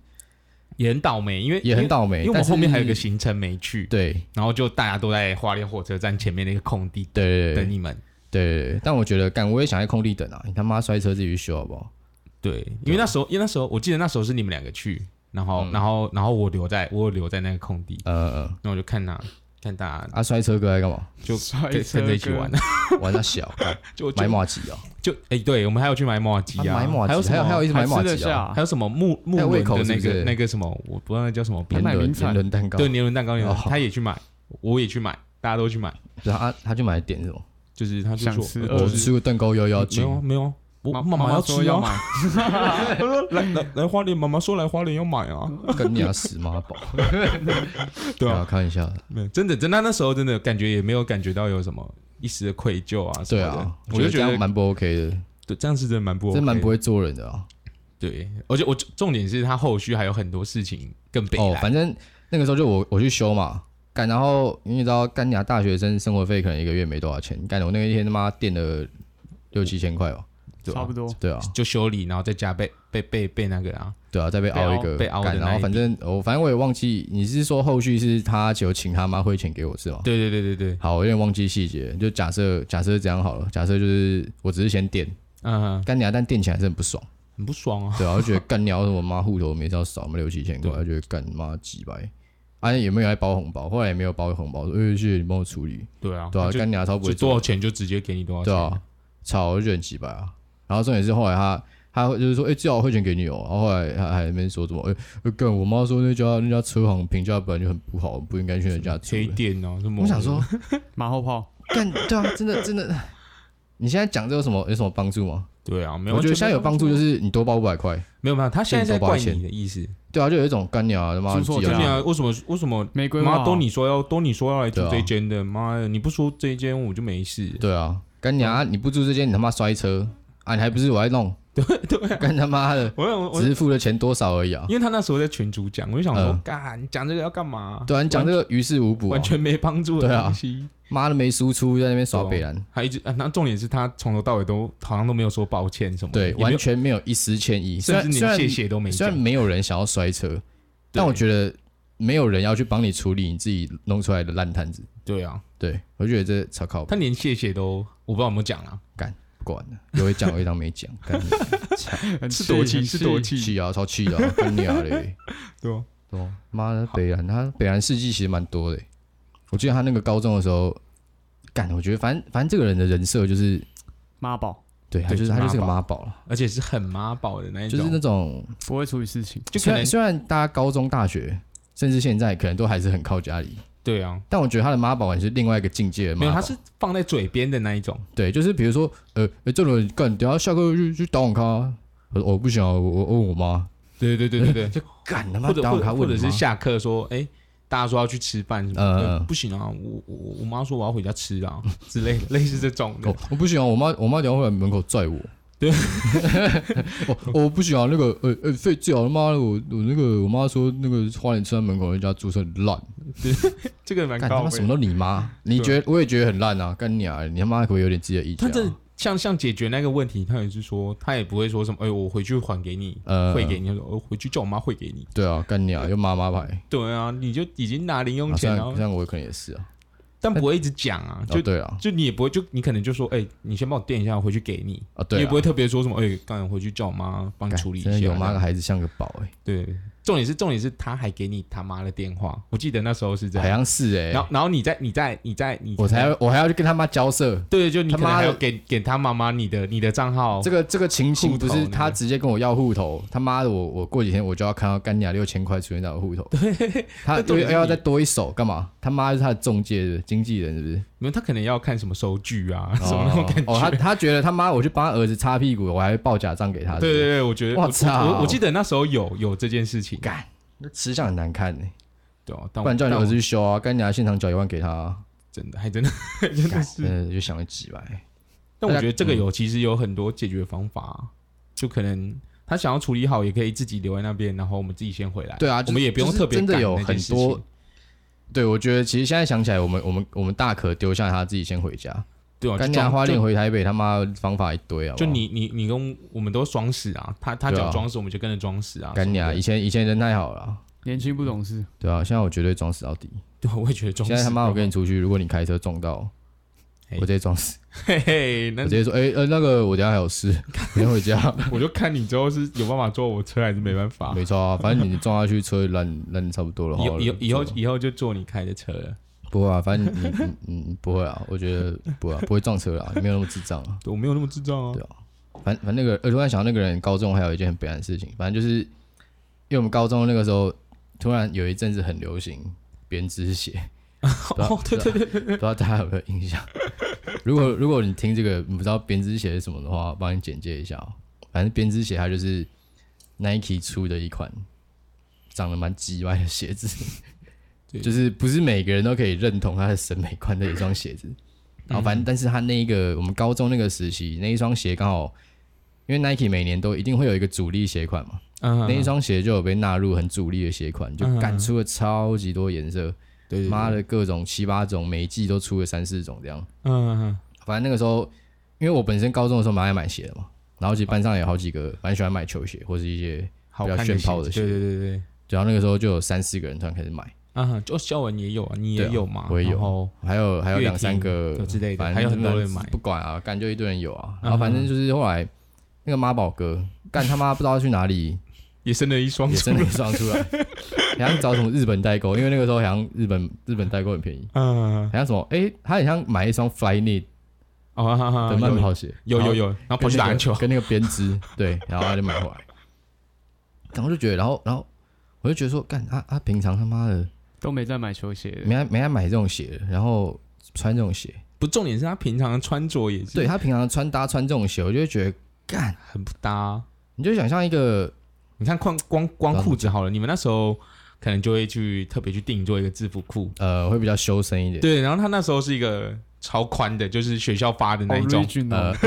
[SPEAKER 1] 也很倒霉，因为
[SPEAKER 2] 也很，倒
[SPEAKER 1] 因
[SPEAKER 2] 霉，
[SPEAKER 1] 为因为我
[SPEAKER 2] 但
[SPEAKER 1] 们
[SPEAKER 2] 是
[SPEAKER 1] 后面还有一个行程没去，
[SPEAKER 2] 对
[SPEAKER 1] 然后就大家都在花莲火车站前面那个空地
[SPEAKER 2] 对对对
[SPEAKER 1] 等你们。
[SPEAKER 2] 对对但我觉得干我也想在空地等啊，你他妈摔车自己去修好不好？
[SPEAKER 1] 对，因为那时候，因为那时候我记得那时候是你们两个去，然后、然后然后我留在我有留在那个空地，
[SPEAKER 2] 呃呃，
[SPEAKER 1] 然后我就看他看大家
[SPEAKER 2] 啊摔车哥在干嘛？
[SPEAKER 1] 就
[SPEAKER 3] 摔
[SPEAKER 1] 跟
[SPEAKER 3] 车
[SPEAKER 1] 跟着一起
[SPEAKER 3] 哥
[SPEAKER 1] 玩，
[SPEAKER 2] 玩那小，干
[SPEAKER 1] 就就
[SPEAKER 2] 买马吉啊，
[SPEAKER 1] 就哎、对，我们还有去买马吉啊，
[SPEAKER 2] 啊买马
[SPEAKER 1] 还有
[SPEAKER 2] 吉，
[SPEAKER 1] 什么
[SPEAKER 2] 还有还有一直买马
[SPEAKER 3] 还吃得
[SPEAKER 2] 吉啊，
[SPEAKER 3] 下
[SPEAKER 1] 还，有什么木木
[SPEAKER 2] 还有胃
[SPEAKER 1] 轮
[SPEAKER 2] 口
[SPEAKER 1] 的
[SPEAKER 2] 是
[SPEAKER 1] 那
[SPEAKER 2] 不是
[SPEAKER 1] 个那个什么，我不知道那叫什么饼
[SPEAKER 2] 年
[SPEAKER 3] 还买
[SPEAKER 2] 轮
[SPEAKER 3] 名产
[SPEAKER 2] 年轮蛋糕，
[SPEAKER 1] 对，年轮蛋糕那个
[SPEAKER 2] 哦
[SPEAKER 1] 他也去买，我也去买，大家都去买，
[SPEAKER 2] 然后他他就买了点什么？
[SPEAKER 1] 就是他就
[SPEAKER 3] 想
[SPEAKER 1] 说
[SPEAKER 3] 吃
[SPEAKER 1] 呃
[SPEAKER 3] 饿
[SPEAKER 2] 我
[SPEAKER 3] 了
[SPEAKER 2] 吃过蛋糕幺幺
[SPEAKER 1] 没
[SPEAKER 2] 斤，
[SPEAKER 1] 有啊没有啊，我
[SPEAKER 3] 妈
[SPEAKER 1] 妈妈
[SPEAKER 3] 妈
[SPEAKER 1] 要
[SPEAKER 3] 说
[SPEAKER 1] 吃
[SPEAKER 3] 要
[SPEAKER 1] 啊，她
[SPEAKER 3] 买，
[SPEAKER 1] 说 来来来花莲，妈妈说来花莲要买啊，
[SPEAKER 2] 跟你啊死妈宝，
[SPEAKER 1] 对啊，，
[SPEAKER 2] 看一下，
[SPEAKER 1] 没有真的真的那时候真的感觉也没有感觉到有什么一丝的愧疚啊什
[SPEAKER 2] 对
[SPEAKER 1] 么的，
[SPEAKER 2] 啊，
[SPEAKER 1] 我就
[SPEAKER 2] 这
[SPEAKER 1] 觉
[SPEAKER 2] 样
[SPEAKER 1] 得
[SPEAKER 2] 蛮不 OK 的，
[SPEAKER 1] 对这样是真的蛮不 OK，
[SPEAKER 2] 真蛮不
[SPEAKER 1] 会
[SPEAKER 2] 会做人的啊。
[SPEAKER 1] 对，而且我重点是他后续还有很多事情更悲
[SPEAKER 2] 哦，
[SPEAKER 1] 哀，
[SPEAKER 2] 反正那个时候就我我去修嘛，干，然后你也知道干俩大学生生活费可能一个月没多少钱，干我那一天他妈垫了六七千块哦，
[SPEAKER 1] 对吧
[SPEAKER 3] 差不多。
[SPEAKER 2] 对啊，
[SPEAKER 1] 就修理，然后再加被被被被那个啊，
[SPEAKER 2] 对啊，再被熬一个，
[SPEAKER 1] 被凹被凹
[SPEAKER 2] 干，
[SPEAKER 1] 的
[SPEAKER 2] 然
[SPEAKER 1] 那
[SPEAKER 2] 后
[SPEAKER 1] 一
[SPEAKER 2] 反正我、反正我也忘记，你是说后续是他有请他妈汇钱给我是吗？
[SPEAKER 1] 对对对对对，
[SPEAKER 2] 好，我有点忘记细节，就假设假设这样好了，假设就是我只是先垫
[SPEAKER 1] 嗯，
[SPEAKER 2] 干啊俩，但垫起来还是很不爽，
[SPEAKER 1] 很不爽啊，
[SPEAKER 2] 对啊，我就觉得干鸟什么妈户头没少少，我们六七千块，
[SPEAKER 1] 对
[SPEAKER 2] 我就觉得干妈几百，啊有没有来包红包？后来也没有包红包，说哎谢谢你帮我处理，
[SPEAKER 1] 对啊，
[SPEAKER 2] 对啊，
[SPEAKER 1] 就
[SPEAKER 2] 干鸟超不
[SPEAKER 1] 就
[SPEAKER 2] 会
[SPEAKER 1] 多
[SPEAKER 2] 做
[SPEAKER 1] 少
[SPEAKER 2] 的，
[SPEAKER 1] 钱就直接给你多少
[SPEAKER 2] 对
[SPEAKER 1] 钱，
[SPEAKER 2] 啊，吵我就觉得很几百啊。然后重点是后来他他就是说，哎、最好汇钱给你哦。然后后来他还在那边说什么，哎、呃干、我妈说那家那家车行评价本来就很不好，不应该去人家租
[SPEAKER 1] 黑
[SPEAKER 2] 的。
[SPEAKER 1] 店哦，什么？
[SPEAKER 2] 我想说，
[SPEAKER 3] 马后炮，
[SPEAKER 2] 干对啊，真的真的，你现在讲这有什么有什么帮助吗？
[SPEAKER 1] 对啊，没有，
[SPEAKER 2] 我觉得
[SPEAKER 1] 就
[SPEAKER 2] 现在有帮助就是你多报五百块。
[SPEAKER 1] 没有没有，他现在在
[SPEAKER 2] 多抱
[SPEAKER 1] 怪
[SPEAKER 2] 歉
[SPEAKER 1] 你的意思，
[SPEAKER 2] 对啊，就有一种干鸟啊他妈
[SPEAKER 3] 出错
[SPEAKER 2] 自己
[SPEAKER 1] 真
[SPEAKER 2] 来
[SPEAKER 1] 的啊，为什么为什么？
[SPEAKER 3] 玫瑰
[SPEAKER 1] 妈
[SPEAKER 3] 花
[SPEAKER 1] 都你说要都你说要来住
[SPEAKER 2] 对啊
[SPEAKER 1] 这间的，妈的，你不说这间我就没事，
[SPEAKER 2] 对啊，干娘、啊、你不住这间，你他妈摔车啊！你还不是我在弄？对对、干他妈的，
[SPEAKER 1] 我想我
[SPEAKER 2] 只是付了钱多少而已啊！
[SPEAKER 1] 因为他那时候在群主讲，我就想说
[SPEAKER 2] 嗯，
[SPEAKER 1] 干、你讲这个要干嘛？
[SPEAKER 2] 对啊，你讲这个于事无补、啊
[SPEAKER 1] 完，全没帮助的
[SPEAKER 2] 对啊
[SPEAKER 1] 东西。
[SPEAKER 2] 妈的没输出，在那边耍北兰，
[SPEAKER 1] 他一直，啊那、重点是他从头到尾都好像都没有说抱歉什么的，
[SPEAKER 2] 对，
[SPEAKER 1] 也没有
[SPEAKER 2] 完全没有一丝歉意。虽
[SPEAKER 1] 甚
[SPEAKER 2] 然
[SPEAKER 1] 至
[SPEAKER 2] 虽
[SPEAKER 1] 连
[SPEAKER 2] 然
[SPEAKER 1] 谢谢都没
[SPEAKER 2] 虽然
[SPEAKER 1] 讲。
[SPEAKER 2] 没有人想要摔车，但我觉得没有人要去帮你处理你自己弄出来的烂摊子。
[SPEAKER 1] 对啊，
[SPEAKER 2] 对，我觉得这超靠谱
[SPEAKER 1] 他连谢谢都我不知道有没有讲啊，
[SPEAKER 2] 不管了，有会讲，我一张没讲，干你
[SPEAKER 3] 很
[SPEAKER 1] 是
[SPEAKER 3] 气
[SPEAKER 1] 多气
[SPEAKER 3] 很
[SPEAKER 1] 是
[SPEAKER 3] 气
[SPEAKER 1] 多
[SPEAKER 2] 气啊，超气啊，干你啊嘞！
[SPEAKER 1] 对哦，
[SPEAKER 2] 对啊，妈的，北韩他北韩事迹其实蛮多的欸。我记得他那个高中的时候，干，我觉得反正反正这个人的人设就是，
[SPEAKER 3] 妈宝，
[SPEAKER 2] 对他
[SPEAKER 1] 对
[SPEAKER 2] 就是他就是个
[SPEAKER 1] 妈
[SPEAKER 2] 妈宝了，
[SPEAKER 1] 而且是很妈宝的那一
[SPEAKER 2] 就
[SPEAKER 1] 种，
[SPEAKER 2] 是那种
[SPEAKER 3] 不会处理事情，
[SPEAKER 1] 就可
[SPEAKER 2] 虽
[SPEAKER 1] 能
[SPEAKER 2] 然虽然大家高中、大学，甚至现在可能都还是很靠家里，
[SPEAKER 1] 对啊，
[SPEAKER 2] 但我觉得他的妈宝也是另外一个境界的
[SPEAKER 1] 没有，
[SPEAKER 2] 妈
[SPEAKER 1] 他
[SPEAKER 2] 宝。
[SPEAKER 1] 是放在嘴边的那一种，
[SPEAKER 2] 对，就是比如说，呃，呃这种人干，等下下课就去打网咖啊，我说我不行啊，我我我问我妈，
[SPEAKER 1] 对对对对对，
[SPEAKER 2] 就干嗯他妈
[SPEAKER 1] 或者
[SPEAKER 2] 打
[SPEAKER 1] 或
[SPEAKER 2] 网咖
[SPEAKER 1] 者或
[SPEAKER 2] 问
[SPEAKER 1] 者
[SPEAKER 2] 你
[SPEAKER 1] 是
[SPEAKER 2] 妈
[SPEAKER 1] 下课说，哎、大家说要去吃饭什么的，
[SPEAKER 2] 嗯
[SPEAKER 1] 呃
[SPEAKER 2] 嗯
[SPEAKER 1] 不行啊，我我我妈说我要回家吃啊之类 的类似这种的
[SPEAKER 2] 哦，，我不喜欢我妈，我妈等一下会来门口拽我。
[SPEAKER 1] 对，
[SPEAKER 2] 我我不喜欢那个，呃呃，最最好他妈的，我我那个我妈说那个花莲车站门口人家住宿很烂，
[SPEAKER 1] 这个蛮
[SPEAKER 2] 干他
[SPEAKER 1] 高
[SPEAKER 2] 妈什么
[SPEAKER 1] 的。
[SPEAKER 2] 都你妈，你觉得我也觉得很烂啊，干你啊，你他妈可不可以有点自己的意见
[SPEAKER 1] 他
[SPEAKER 2] 啊、
[SPEAKER 1] 这像像解决那个问题，他也是说，他也不会说什么，哎、我回去还给你，
[SPEAKER 2] 呃
[SPEAKER 1] 汇给你，他说我回去叫我妈汇给你。
[SPEAKER 2] 对啊，干你啊，又妈妈牌，
[SPEAKER 1] 对啊，你就已经拿零用
[SPEAKER 2] 啊、虽
[SPEAKER 1] 钱，
[SPEAKER 2] 然
[SPEAKER 1] 然后
[SPEAKER 2] 虽然我可能也是啊，
[SPEAKER 1] 但不会一直讲啊，
[SPEAKER 2] 哦
[SPEAKER 1] 就
[SPEAKER 2] 对啊，
[SPEAKER 1] 就你也不会，就你可能就说，哎、你先帮我垫一下，我回去给你。
[SPEAKER 2] 啊
[SPEAKER 1] 你
[SPEAKER 2] 对
[SPEAKER 1] 也
[SPEAKER 2] 啊
[SPEAKER 1] 不，会特别说什么，哎、刚才回去叫我妈帮你
[SPEAKER 2] 干
[SPEAKER 1] 处理一
[SPEAKER 2] 真的
[SPEAKER 1] 下。
[SPEAKER 2] 有妈的孩子像个宝哎、
[SPEAKER 1] 对，重点是重点是他还给你他妈的电话，我记得那时候是这
[SPEAKER 2] 好
[SPEAKER 1] 样。
[SPEAKER 2] 像是哎、
[SPEAKER 1] 然后哎然后你再你再你再你
[SPEAKER 2] 我才要我还要去跟他妈交涉，
[SPEAKER 1] 对，就你
[SPEAKER 2] 他
[SPEAKER 1] 可能
[SPEAKER 2] 妈
[SPEAKER 1] 还
[SPEAKER 2] 的
[SPEAKER 1] 要给给他妈妈你的你的账号，
[SPEAKER 2] 这个这个情
[SPEAKER 1] 哦户
[SPEAKER 2] 形
[SPEAKER 1] 头
[SPEAKER 2] 不
[SPEAKER 1] 那
[SPEAKER 2] 是
[SPEAKER 1] 个
[SPEAKER 2] 他直接跟我要户头，他妈的我我过几天我就要看到干啊娘六千块出现在 我户头，他
[SPEAKER 1] 那重
[SPEAKER 2] 多
[SPEAKER 1] 点是
[SPEAKER 2] 要
[SPEAKER 1] 你
[SPEAKER 2] 再多一手干嘛？他妈是他的中介是不是经纪人是不是？
[SPEAKER 1] 没有他可能要看什么收据啊， 什么那种感觉。
[SPEAKER 2] 哦，他他觉得他妈我去帮他儿子擦屁股，我还会报假账给他，
[SPEAKER 1] 对对
[SPEAKER 2] 对，
[SPEAKER 1] 对，我觉得
[SPEAKER 2] 我操
[SPEAKER 1] 我我我记得那时候有有这件事情，
[SPEAKER 2] 干那吃相很难看呢、
[SPEAKER 1] 对哦，但我
[SPEAKER 2] 不然叫你
[SPEAKER 1] 但我
[SPEAKER 2] 儿子去修啊，干娘现场缴一万给他、啊，
[SPEAKER 1] 真的还真的还真的
[SPEAKER 2] 干
[SPEAKER 1] 是，
[SPEAKER 2] 真的就想了几百，
[SPEAKER 1] 但我觉得这个
[SPEAKER 2] 嗯
[SPEAKER 1] 有其实有很多解决方法啊，就可能他想要处理好，也可以自己留在那边，然后我们自己先回来。
[SPEAKER 2] 对啊
[SPEAKER 1] 我
[SPEAKER 2] 就
[SPEAKER 1] 们
[SPEAKER 2] 是
[SPEAKER 1] 也不用
[SPEAKER 2] 就是
[SPEAKER 1] 特别
[SPEAKER 2] 真的
[SPEAKER 1] 赶
[SPEAKER 2] 有
[SPEAKER 1] 那件
[SPEAKER 2] 很
[SPEAKER 1] 事
[SPEAKER 2] 多
[SPEAKER 1] 情
[SPEAKER 2] 对我觉得其实现在想起来我，们我们我们大可丢下他自己先回家，
[SPEAKER 1] 对啊，
[SPEAKER 2] 干
[SPEAKER 1] 就
[SPEAKER 2] 娘
[SPEAKER 1] 装
[SPEAKER 2] 花莲
[SPEAKER 1] 就
[SPEAKER 2] 回台北他妈方法一堆啊，
[SPEAKER 1] 就你你你跟我们都装死啊，他他
[SPEAKER 2] 对啊
[SPEAKER 1] 讲装死，我们就跟着装死啊。
[SPEAKER 2] 干娘以
[SPEAKER 1] 什么
[SPEAKER 2] 前以前人太好了啊、
[SPEAKER 3] 年轻不懂事，
[SPEAKER 2] 对啊，现在我绝对装死到底。
[SPEAKER 1] 的，对，我也觉得装死。
[SPEAKER 2] 现在他妈我跟你出去，如果你开车撞到，
[SPEAKER 1] 嘿
[SPEAKER 2] 我直接装死，
[SPEAKER 1] 嘿嘿，那
[SPEAKER 2] 我直接说，哎、呃，那个我等一下还 有事，我先回家。
[SPEAKER 1] 我就看你之后是有办法坐我车还是没办法。
[SPEAKER 2] 没错啊，反正你撞下去车烂烂差不多了。
[SPEAKER 1] 以后以后以后
[SPEAKER 2] 好了
[SPEAKER 1] 以后就坐你开的车了，
[SPEAKER 2] 不会啊，反正你你你你不会啊，我觉得不会、啊，不会撞车啦，没有那么智障啊。
[SPEAKER 1] 对我没有那么智障啊
[SPEAKER 2] 对。反反正那个，呃突然想到那个人高中还有一件很悲哀的事情，反正就是因为我们高中那个时候突然有一阵子很流行编织 鞋。
[SPEAKER 1] 哦，对对对，
[SPEAKER 2] 不知道大家有没有印象？如果如果你听这个你不知道编织鞋是什么的话，我帮你简介一下、哦。反正编织鞋它就是 Nike 出的一款长得蛮鸡歪的鞋子
[SPEAKER 1] 对，
[SPEAKER 2] 就是不是每个人都可以认同它的审美观的一双鞋子。然后反正，但是它那一个我们高中那个时期那一双鞋刚好，因为 Nike 每年都一定会有一个主力鞋款嘛，
[SPEAKER 1] 嗯，
[SPEAKER 2] 那一双鞋就有被纳入很主力的鞋款，就
[SPEAKER 1] 嗯
[SPEAKER 2] 赶出了超级多颜色。
[SPEAKER 1] 对，对
[SPEAKER 2] 妈，的各种七八种，每一季都出了三四种这样。
[SPEAKER 1] 对嗯，嗯
[SPEAKER 2] 反正那个时候，因为我本身高中的时候蛮爱买鞋的嘛，然后其实班上也有好几个蛮喜欢买球鞋或是一些，
[SPEAKER 1] 好
[SPEAKER 2] 比较
[SPEAKER 1] 看
[SPEAKER 2] 炫炮的
[SPEAKER 1] 鞋子对对对对，
[SPEAKER 2] 然后那个时候就有三四个人突然开始买，
[SPEAKER 1] 啊，就肖文也有啊，你也
[SPEAKER 2] 对啊
[SPEAKER 1] 有嘛，
[SPEAKER 2] 我也有
[SPEAKER 1] 然后
[SPEAKER 2] 还有还有两三
[SPEAKER 1] 乐
[SPEAKER 2] 个
[SPEAKER 1] 听之类的
[SPEAKER 2] 反正
[SPEAKER 1] 还有很多人买
[SPEAKER 2] 不管啊，干就一堆人有啊。
[SPEAKER 1] 嗯
[SPEAKER 2] 然后反正就是后来那个妈宝哥干他妈不知道去哪里
[SPEAKER 1] 也生了一双
[SPEAKER 2] 也
[SPEAKER 1] 出
[SPEAKER 2] 真
[SPEAKER 1] 来，
[SPEAKER 2] 的装出来，好像找什么日本代购，因为那个时候好像日本日本代购很便宜，
[SPEAKER 1] 嗯，
[SPEAKER 2] 好像什么哎、他很像买一双 Flyknit
[SPEAKER 1] 哦哈哈哈，
[SPEAKER 2] 的慢跑鞋，
[SPEAKER 1] 有有有，有，然后跑去打篮球，
[SPEAKER 2] 跟那个编织，对，然后他就买回来，然后就觉得，然后然后我就觉得说，干他他平常他妈的
[SPEAKER 3] 都没在买球鞋的，
[SPEAKER 2] 没爱没爱买这种鞋，然后穿这种鞋，
[SPEAKER 1] 不，重点是他平常的穿着也是
[SPEAKER 2] 对他平常穿搭穿这种鞋，我就会觉得干，
[SPEAKER 1] 很不搭啊。
[SPEAKER 2] 你就想象一个
[SPEAKER 1] 你看光光光裤子好了，你们那时候可能就会去特别去定做一个制服裤，
[SPEAKER 2] 呃会比较修身一点，
[SPEAKER 1] 对，然后他那时候是一个超宽的，就是学校发的那一种，
[SPEAKER 3] 俊
[SPEAKER 2] 呃
[SPEAKER 3] 哦，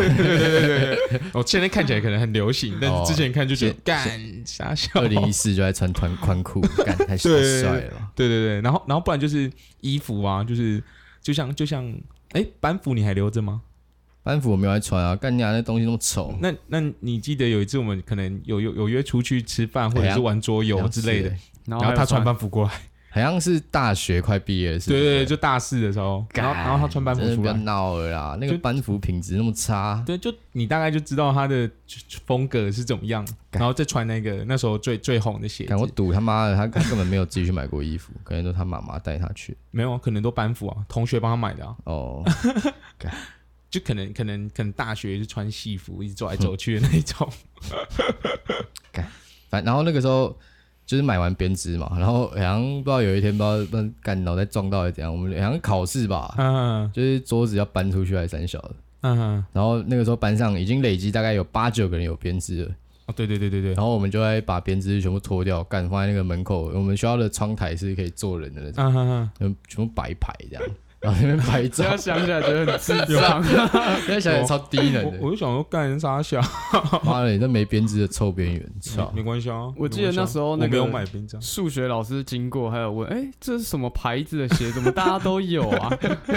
[SPEAKER 1] 我哦现在看起来可能很流行，但
[SPEAKER 2] 哦
[SPEAKER 1] 是之前看就觉得
[SPEAKER 2] 现
[SPEAKER 1] 干傻笑。
[SPEAKER 2] 二零一四就在穿宽宽裤，干 太太
[SPEAKER 1] 对
[SPEAKER 2] 帅了，
[SPEAKER 1] 对对对，然后然后不然就是衣服啊，就是就像就像哎，班服你还留着吗？
[SPEAKER 2] 班服我没有在穿啊，干你娘那东西那么丑，
[SPEAKER 1] 那那你记得有一次我们可能有有有约出去吃饭或者
[SPEAKER 2] 哎
[SPEAKER 1] 是
[SPEAKER 2] 呀
[SPEAKER 1] 玩桌游之类的，
[SPEAKER 2] 哎呀，
[SPEAKER 3] 然
[SPEAKER 1] 然
[SPEAKER 3] 后
[SPEAKER 1] 后他
[SPEAKER 3] 他
[SPEAKER 1] 穿
[SPEAKER 3] 穿
[SPEAKER 1] 班服过来，
[SPEAKER 2] 好像是大学快毕业的时候，
[SPEAKER 1] 对对对，就大四的时候，然后
[SPEAKER 2] 干
[SPEAKER 1] 然后他穿班服
[SPEAKER 2] 真的
[SPEAKER 1] 出
[SPEAKER 2] 不要
[SPEAKER 1] 来，
[SPEAKER 2] 闹了啦，那个
[SPEAKER 1] 就
[SPEAKER 2] 班服品质那么差，
[SPEAKER 1] 对，就你大概就知道他的风格是怎么样，然后再穿那个那时候最最红的鞋
[SPEAKER 2] 敢我
[SPEAKER 1] 子，
[SPEAKER 2] 赌他妈的，他他根本没有自己去买过衣服，可能都他妈妈带他去。
[SPEAKER 1] 没有，可能都班服啊，同学帮他买的啊，
[SPEAKER 2] 哦，
[SPEAKER 1] 就可能可能可能大学就穿戏服一直走来走去的那一种，
[SPEAKER 2] 反然后那个时候就是买完编织嘛，然后好像不知道有一天不知道不知道干脑袋撞到还是怎样，我们好像考试吧，
[SPEAKER 1] 嗯
[SPEAKER 2] 就是桌子要搬出去还是三小的，
[SPEAKER 1] 嗯，
[SPEAKER 2] 然后那个时候班上已经累积大概有八九个人有编织了，
[SPEAKER 1] 哦对对对对对，
[SPEAKER 2] 然后我们就会把编织全部脱掉，干放在那个门口，我们学校的窗台是可以坐人的那种，
[SPEAKER 1] 嗯嗯
[SPEAKER 2] 嗯，全部摆一排这样，然后在那边 拍
[SPEAKER 3] 这
[SPEAKER 2] 照
[SPEAKER 3] 样，想起来觉得很智障。啊
[SPEAKER 2] 现在想想超低能
[SPEAKER 1] 嗯，我
[SPEAKER 2] 的，
[SPEAKER 1] 我就想说干啥小，
[SPEAKER 2] 妈的，你这没编织的臭边缘，操！
[SPEAKER 1] 没关系啊，
[SPEAKER 3] 我记得
[SPEAKER 1] 没关系啊
[SPEAKER 3] 那时候
[SPEAKER 1] 我
[SPEAKER 3] 那个
[SPEAKER 1] 没有买冰杖，
[SPEAKER 3] 数学老师经过还有问，哎、这是什么牌子的鞋？怎么大家都有啊？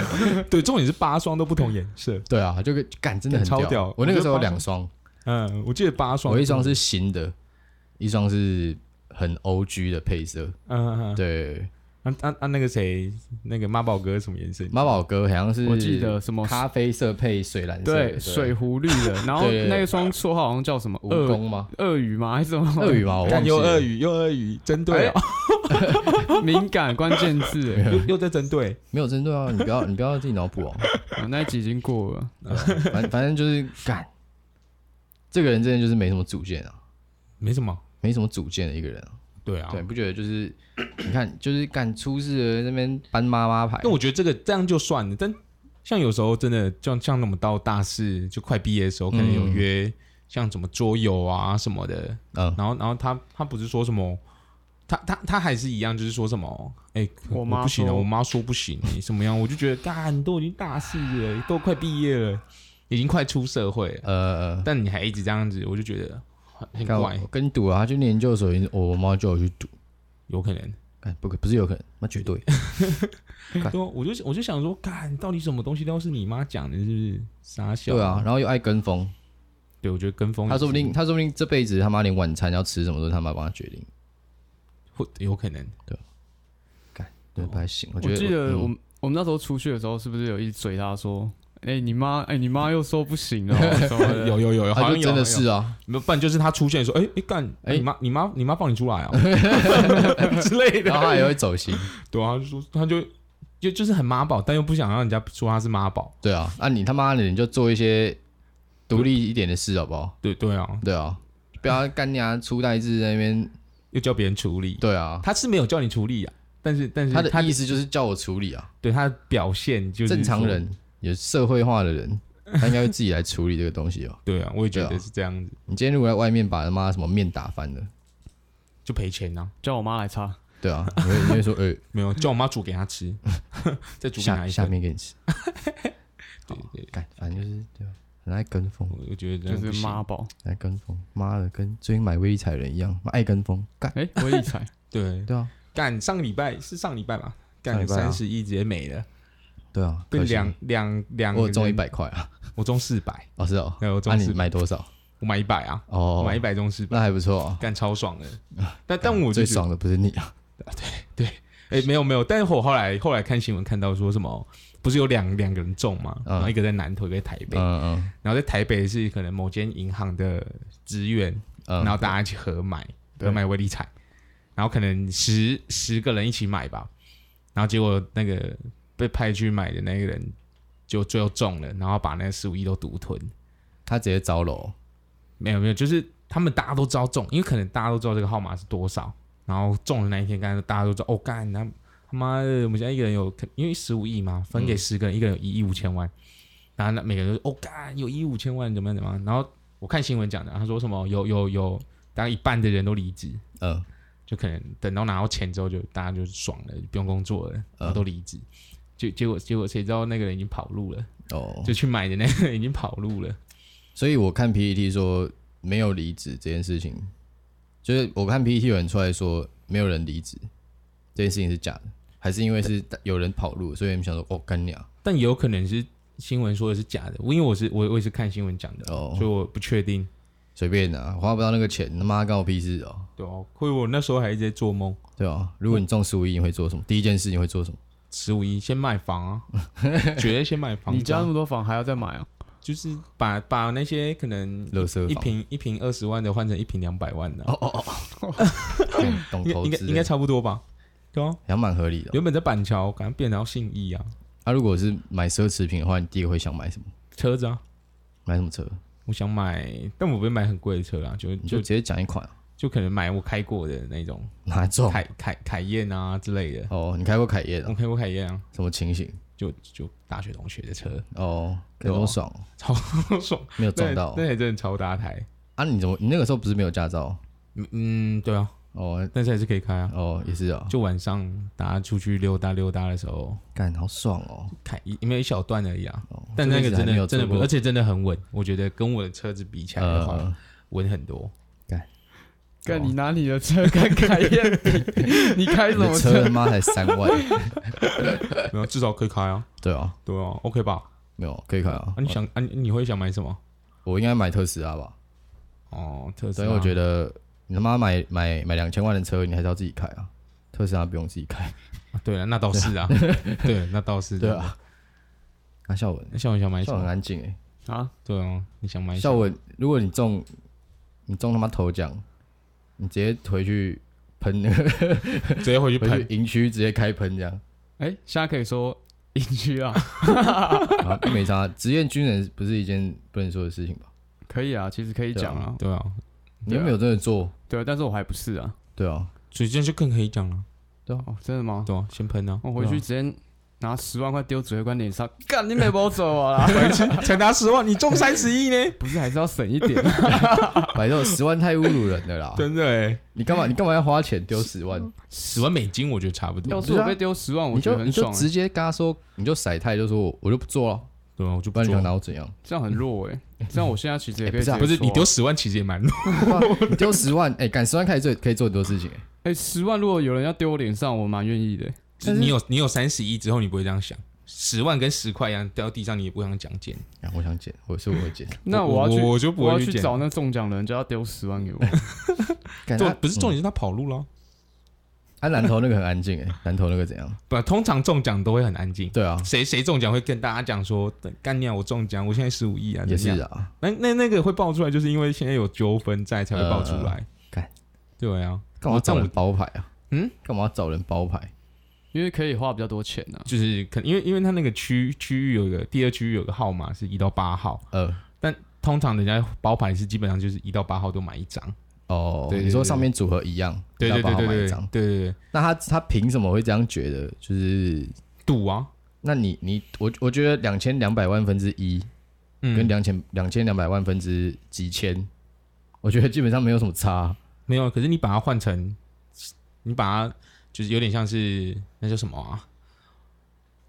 [SPEAKER 1] 对，重点是八双都不同颜色，
[SPEAKER 2] 对啊，就跟干真的很
[SPEAKER 1] 超屌
[SPEAKER 2] 我那个时候
[SPEAKER 1] 我觉得
[SPEAKER 2] 两双，
[SPEAKER 1] 嗯，我记得八双，
[SPEAKER 2] 我一双是新的，一双是很 O G 的配色。
[SPEAKER 1] 嗯嗯嗯，
[SPEAKER 2] 对，
[SPEAKER 1] 啊啊啊那个谁那个妈宝哥什么颜色？
[SPEAKER 2] 妈宝哥好像是
[SPEAKER 3] 我记得什么
[SPEAKER 2] 咖啡色配水蓝色的，
[SPEAKER 3] 对水壶绿的，然后
[SPEAKER 2] 对对对
[SPEAKER 3] 那一双绰号好像叫什么
[SPEAKER 2] 蜈
[SPEAKER 3] 鳄
[SPEAKER 2] 蚣吗？
[SPEAKER 3] 鳄鱼吗？还是什么？
[SPEAKER 2] 鳄鱼吗？我忘
[SPEAKER 1] 干
[SPEAKER 2] 记
[SPEAKER 1] 又
[SPEAKER 2] 了
[SPEAKER 1] 鳄。鱼又鳄鱼，针对啊，
[SPEAKER 3] 哦 敏感关键字、哎
[SPEAKER 1] 又又在针对，
[SPEAKER 2] 没有针对啊，你不要你不要自己脑补哦。
[SPEAKER 3] 啊那一集已经过了。
[SPEAKER 2] 反反正就是干，这个人真的就是没什么主见啊，
[SPEAKER 1] 没什么，
[SPEAKER 2] 没什么主见的一个人啊。
[SPEAKER 1] 对啊
[SPEAKER 2] 对，不觉得就是你看就是干出事了那边搬妈妈牌
[SPEAKER 1] 但，我觉得这个这样就算了，但像有时候真的，像像那么到大四就快毕业的时候，可能有
[SPEAKER 2] 嗯
[SPEAKER 1] 约、像什么桌游啊什么的，
[SPEAKER 2] 嗯，
[SPEAKER 1] 然后然后他他不是说什么，他他他还是一样，就是说什么，哎、
[SPEAKER 3] 我妈
[SPEAKER 1] 不行了，
[SPEAKER 3] 说
[SPEAKER 1] 我妈说不行，你怎么样？我就觉得，干，都已经大四了，都快毕业了，已经快出社会了，
[SPEAKER 2] 呃，
[SPEAKER 1] 但你还一直这样子，我就觉得很很
[SPEAKER 2] 干
[SPEAKER 1] 怪
[SPEAKER 2] 我，跟你赌啊，他去念研究所，我我妈叫我去赌，
[SPEAKER 1] 有可能。
[SPEAKER 2] 干不可不是有可能，那绝 对。
[SPEAKER 1] 对啊，我就我就想说，干，到底什么东西都是你妈讲的，是不是？傻小。
[SPEAKER 2] 对啊，，然后又爱跟风，
[SPEAKER 1] 对，我觉得跟风也
[SPEAKER 2] 他
[SPEAKER 1] 是，
[SPEAKER 2] 说不定他说不定这辈子他妈连晚餐要吃什么都是他妈帮他决定，
[SPEAKER 1] 会有可能。
[SPEAKER 2] 对，不太行。我
[SPEAKER 3] 我
[SPEAKER 2] 觉得
[SPEAKER 3] 记得
[SPEAKER 2] 嗯
[SPEAKER 3] 我们我们那时候出去的时候，是不是有一直追他说，哎、你妈，哎、你妈又说不行了，哦 什么的
[SPEAKER 1] 有有有有，好
[SPEAKER 2] 他
[SPEAKER 1] 像
[SPEAKER 2] 就
[SPEAKER 1] 有
[SPEAKER 2] 真的，
[SPEAKER 1] 好像
[SPEAKER 2] 是啊，
[SPEAKER 1] 有没有不然就是他出现说，哎哎干，
[SPEAKER 2] 哎
[SPEAKER 1] 你妈你妈你妈放你出来 啊之类
[SPEAKER 2] 然后他
[SPEAKER 1] 的，
[SPEAKER 2] 也会走心。
[SPEAKER 1] 对啊，他就说他就就就是很妈宝，但又不想让人家说他是妈宝，
[SPEAKER 2] 对啊，那你他妈的你就做一些独立一点的事好不好？
[SPEAKER 1] 对对啊，
[SPEAKER 2] 对啊，不要干你啊，初代制在那边。
[SPEAKER 1] 又叫别人处理，
[SPEAKER 2] 对啊，
[SPEAKER 1] 他是没有叫你处理啊，但是但是
[SPEAKER 2] 他的意思就是叫我处理啊，
[SPEAKER 1] 对他的表现就是
[SPEAKER 2] 正常
[SPEAKER 1] 说，
[SPEAKER 2] 人也是社会化的人，他应该会自己来处理这个东西哦。
[SPEAKER 1] 对啊，我也觉
[SPEAKER 2] 对
[SPEAKER 1] 得
[SPEAKER 2] 啊
[SPEAKER 1] 是这样子，
[SPEAKER 2] 你今天如果在外面把他妈什么面打翻了，
[SPEAKER 1] 就赔钱啊，
[SPEAKER 3] 叫我妈来擦。
[SPEAKER 2] 对啊，你会你 会说，哎，
[SPEAKER 1] 没有叫我妈煮给他吃， 再煮给他
[SPEAKER 2] 下
[SPEAKER 1] 一
[SPEAKER 2] 下
[SPEAKER 1] 份，
[SPEAKER 2] 面给你 吃。
[SPEAKER 1] 对对，
[SPEAKER 2] 干，反正就是对啊，很爱跟风，
[SPEAKER 1] 我我觉得这
[SPEAKER 3] 就
[SPEAKER 1] 样不
[SPEAKER 3] 是
[SPEAKER 1] 行
[SPEAKER 3] 妈宝，
[SPEAKER 2] 很爱跟风。妈的，跟最近买微彩人一样，妈爱跟风。干，
[SPEAKER 3] 哎、我理财，
[SPEAKER 1] 对
[SPEAKER 2] 对啊，
[SPEAKER 1] 干上个礼拜是上礼拜吧，
[SPEAKER 2] 上
[SPEAKER 1] 干
[SPEAKER 2] 礼拜啊
[SPEAKER 1] 三十一直接没了。
[SPEAKER 2] 对啊，
[SPEAKER 1] 跟
[SPEAKER 2] 可惜
[SPEAKER 1] 两两两，
[SPEAKER 2] 我有中一，百块啊，
[SPEAKER 1] 我中四百，
[SPEAKER 2] 哦是哦，
[SPEAKER 1] 对我
[SPEAKER 2] 那
[SPEAKER 1] 中
[SPEAKER 2] 你
[SPEAKER 1] 四百，
[SPEAKER 2] 买多少？
[SPEAKER 1] 我买一百啊，我
[SPEAKER 2] 哦
[SPEAKER 1] 买一，百中四百，
[SPEAKER 2] 那还不错啊。
[SPEAKER 1] 干超爽的。但但我
[SPEAKER 2] 最
[SPEAKER 1] 就觉得，
[SPEAKER 2] 爽的不是你啊，
[SPEAKER 1] 哎，没有没有，但是我后来后来看新闻看到说什么，不是有两两个人中嘛，
[SPEAKER 2] 嗯
[SPEAKER 1] 然后一个在南投，一个在台北，
[SPEAKER 2] 嗯嗯
[SPEAKER 1] 然后在台北是可能某间银行的职员，
[SPEAKER 2] 嗯，
[SPEAKER 1] 然后大家一起合买，
[SPEAKER 2] 对
[SPEAKER 1] 合买威力彩，然后可能十十个人一起买吧，然后结果那个被派去买的那个人就最后中了，然后把那十五亿都独吞。
[SPEAKER 2] 他直接招楼，
[SPEAKER 1] 没有没有，就是他们大家都知道中，因为可能大家都知道这个号码是多少，然后中的那一天，刚才大家都知道，哦干，他他妈的，我们现在一个人有，因为十五亿嘛，分给十个人，一个人有一亿五千万，然后那每个人都说哦干，有一亿五千万，怎么样怎么样，然后我看新闻讲的，他说什么有有有，大概一半的人都离职，
[SPEAKER 2] 嗯，
[SPEAKER 1] 就可能等到拿到钱之后就，大家就爽了，就不用工作了，然后都离职。结结果结果谁知道那个人已经跑路了，
[SPEAKER 2] 哦，
[SPEAKER 1] 就去买的那个人已经跑路了。
[SPEAKER 2] 所以我看 PPT 说没有离职这件事情，就是我看 PPT 有人出来说没有人离职这件事情是假的，还是因为是有人跑路，所以你们想说哦干你啊，
[SPEAKER 1] 但也有可能是新闻说的是假的，因为我是我我也是看新闻讲的，
[SPEAKER 2] 哦
[SPEAKER 1] 所以我不确定。
[SPEAKER 2] 随便的、啊，花不到那个钱，他妈关我屁事哦、
[SPEAKER 1] 对哦，亏我那时候还一直在做梦，
[SPEAKER 2] 对吧、如果你中十五亿，你会做什么？第一件事你会做什么？
[SPEAKER 1] 十五亿先卖房 啊，绝对先买房。
[SPEAKER 3] 你家那么多房还要再买啊？
[SPEAKER 1] 就是把把那些可能
[SPEAKER 2] 垃圾
[SPEAKER 1] 一
[SPEAKER 2] 房
[SPEAKER 1] 瓶一瓶二十万的换成一瓶两百万的啊，
[SPEAKER 2] 懂懂
[SPEAKER 1] 应该
[SPEAKER 2] 投
[SPEAKER 1] 应该
[SPEAKER 2] 资欸
[SPEAKER 1] 应该
[SPEAKER 2] 的，
[SPEAKER 1] 差不多吧？对啊，
[SPEAKER 2] 还蛮合理的哦。
[SPEAKER 1] 原本在板桥，感觉变成要信义啊，
[SPEAKER 2] 他、如果是买奢侈品的话，你第一个会想买什么？
[SPEAKER 1] 车子啊，
[SPEAKER 2] 买什么车？
[SPEAKER 1] 我想买，但我不会买很贵的车啦，就
[SPEAKER 2] 你就
[SPEAKER 1] 就
[SPEAKER 2] 直接讲一款、啊，
[SPEAKER 1] 就可能买我开过的那种
[SPEAKER 2] 哪种？
[SPEAKER 1] 凯凯凯宴啊之类的，
[SPEAKER 2] 哦，你开过凯宴啊
[SPEAKER 1] 我？开过凯宴啊，
[SPEAKER 2] 什么情形？
[SPEAKER 1] 就就大学同学的车，
[SPEAKER 2] 哦，
[SPEAKER 1] 对
[SPEAKER 2] 有
[SPEAKER 1] 哦
[SPEAKER 2] 多爽哦，
[SPEAKER 1] 超 爽，
[SPEAKER 2] 没有撞到哦
[SPEAKER 1] 那那台真的超大台，
[SPEAKER 2] 啊？你怎么？你那个时候不是没有驾照？
[SPEAKER 1] 嗯嗯，对啊，
[SPEAKER 2] 哦
[SPEAKER 1] 但是还是可以开啊，
[SPEAKER 2] 哦，也是啊，
[SPEAKER 1] 就晚上大家出去溜达溜达的时候，
[SPEAKER 2] 干好爽哦。
[SPEAKER 1] 开一没有一小段而已啊，
[SPEAKER 2] 哦
[SPEAKER 1] 但那个真的真的不，而
[SPEAKER 2] 而且
[SPEAKER 1] 且真的很稳，我觉得跟我的车子比起来的话，
[SPEAKER 2] 呃，
[SPEAKER 1] 稳很多。
[SPEAKER 3] 干你拿你的车跟凯宴比，你开什
[SPEAKER 2] 你的
[SPEAKER 3] 哎么
[SPEAKER 2] 车
[SPEAKER 3] 车
[SPEAKER 2] 他？妈才三万，
[SPEAKER 1] 没有，至少可以开啊，
[SPEAKER 2] 对啊，
[SPEAKER 1] 对啊，OK 吧？
[SPEAKER 2] 没有可以开啊
[SPEAKER 1] 啊，。你想啊，你你会想买什么？
[SPEAKER 2] 我应该买特斯拉吧？
[SPEAKER 1] 哦，特斯
[SPEAKER 2] 所以
[SPEAKER 1] 拉，
[SPEAKER 2] 我觉
[SPEAKER 1] 得
[SPEAKER 2] 得你他妈买买买两千万的车，你还是要自己开啊。特斯拉不用自己开，
[SPEAKER 1] 对了，那倒是啊， 对，那倒是
[SPEAKER 2] 对。啊。那孝文，
[SPEAKER 1] 那像我想买什
[SPEAKER 2] 孝文很
[SPEAKER 1] 么？
[SPEAKER 2] 安静哎、
[SPEAKER 3] 啊，
[SPEAKER 1] 对哦，你想买
[SPEAKER 2] 欸。
[SPEAKER 1] 什
[SPEAKER 2] 孝
[SPEAKER 1] 么？
[SPEAKER 2] 文，如果你中，你中他妈头奖，你直接回去喷那 个，
[SPEAKER 1] 直接回去
[SPEAKER 2] 回
[SPEAKER 1] 喷，
[SPEAKER 2] 去营区直接开喷这样。
[SPEAKER 3] 哎，现在可以说隐居啊，
[SPEAKER 2] 啊，没差。职业军人不是一件不能说的事情吧？
[SPEAKER 3] 可以啊，其实可以讲啊，
[SPEAKER 1] 对啊，
[SPEAKER 2] 你又没有真的做，
[SPEAKER 3] 对啊，但是我还不是啊，
[SPEAKER 2] 对啊，
[SPEAKER 1] 所以这样就更可以讲了，
[SPEAKER 3] 哦，真的吗？
[SPEAKER 1] 对啊，先喷啊，
[SPEAKER 3] 我回去直接拿十万块丢指挥官脸上，干你没包走我啦！
[SPEAKER 1] 才拿十万，你中三十亿呢？
[SPEAKER 3] 不是，还是要省一点。啊
[SPEAKER 2] 摆这十万太侮辱人了 啦！
[SPEAKER 1] 真的哎，
[SPEAKER 2] 你干嘛？你干嘛要花钱丢十万？
[SPEAKER 1] 十万美金我觉得差不啊多
[SPEAKER 3] 要。是我被丢十万，我
[SPEAKER 2] 你
[SPEAKER 3] 觉得
[SPEAKER 2] 就你
[SPEAKER 3] 很
[SPEAKER 2] 就
[SPEAKER 3] 爽、欸，
[SPEAKER 2] 直接跟他说，你就甩态，就说我我就不做了，
[SPEAKER 1] 对啊，我就不
[SPEAKER 2] 不然你
[SPEAKER 1] 做
[SPEAKER 2] 想
[SPEAKER 1] 了。
[SPEAKER 2] 拿我怎样？
[SPEAKER 3] 这样很弱哎、这样我现在其实也可
[SPEAKER 2] 哎不
[SPEAKER 3] 以
[SPEAKER 2] 是
[SPEAKER 3] 直接
[SPEAKER 2] 啊
[SPEAKER 3] 说啊、
[SPEAKER 1] 不是你丢十万其实也蛮多，
[SPEAKER 2] 你丢十万，哎，敢十万开始做可以做很多事情，哎
[SPEAKER 3] 哎十、10万，如果有人要丢我脸上，我蛮愿意的欸、
[SPEAKER 1] 就是你有你有三十亿之后你不会这样想，十万跟十块一样掉到地上你也不想讲捡。
[SPEAKER 2] 啊我想捡，我是我 会捡。
[SPEAKER 3] 那
[SPEAKER 1] 我
[SPEAKER 3] 要去，
[SPEAKER 1] 我
[SPEAKER 3] 我
[SPEAKER 1] 我就不会
[SPEAKER 3] 要
[SPEAKER 1] 去
[SPEAKER 3] 去
[SPEAKER 1] 捡
[SPEAKER 3] 找那中奖的人，就要丢十万给 我。
[SPEAKER 2] 干
[SPEAKER 1] 重
[SPEAKER 2] 他
[SPEAKER 1] 不是重
[SPEAKER 2] 嗯
[SPEAKER 1] 点是他跑路了，
[SPEAKER 2] 啊，南投那个很安静，哎，南投那个怎样？
[SPEAKER 1] 不，通常中奖都会很安静。
[SPEAKER 2] 对啊，
[SPEAKER 1] 谁谁中奖会跟大家讲说，干娘我中奖，我现在十五亿啊，
[SPEAKER 2] 也是
[SPEAKER 1] 怎样。
[SPEAKER 2] 啊，
[SPEAKER 1] 那那那个会爆出来，就是因为现在有纠纷在才会爆出来。
[SPEAKER 2] 干
[SPEAKER 1] 对啊，
[SPEAKER 2] 干嘛找
[SPEAKER 1] 我
[SPEAKER 2] 人包牌啊？
[SPEAKER 1] 嗯，
[SPEAKER 2] 干嘛找人包牌？
[SPEAKER 3] 因为可以花比较多钱呢、啊。
[SPEAKER 1] 就是可因为因为他那个区区域有一个第二区域有个号码是一到八号，
[SPEAKER 2] 呃，
[SPEAKER 1] 通常人家包牌是基本上就是一到八号都买一张。
[SPEAKER 2] 哦，
[SPEAKER 1] 对对
[SPEAKER 2] 你说
[SPEAKER 1] 对
[SPEAKER 2] 上面组合一样，
[SPEAKER 1] 对
[SPEAKER 2] 要
[SPEAKER 1] 对
[SPEAKER 2] 帮
[SPEAKER 1] 对对
[SPEAKER 2] 他买一
[SPEAKER 1] 对
[SPEAKER 2] 张
[SPEAKER 1] 对对对，
[SPEAKER 2] 那他他凭什么会这样觉得？就是
[SPEAKER 1] 赌啊，
[SPEAKER 2] 那你你我我觉得两千两百万分之一跟
[SPEAKER 1] 嗯，
[SPEAKER 2] 两千两千两百万分之几千，我觉得基本上没有什么差。
[SPEAKER 1] 没有，可是你把它换成，你把它就是有点像是那叫什么啊？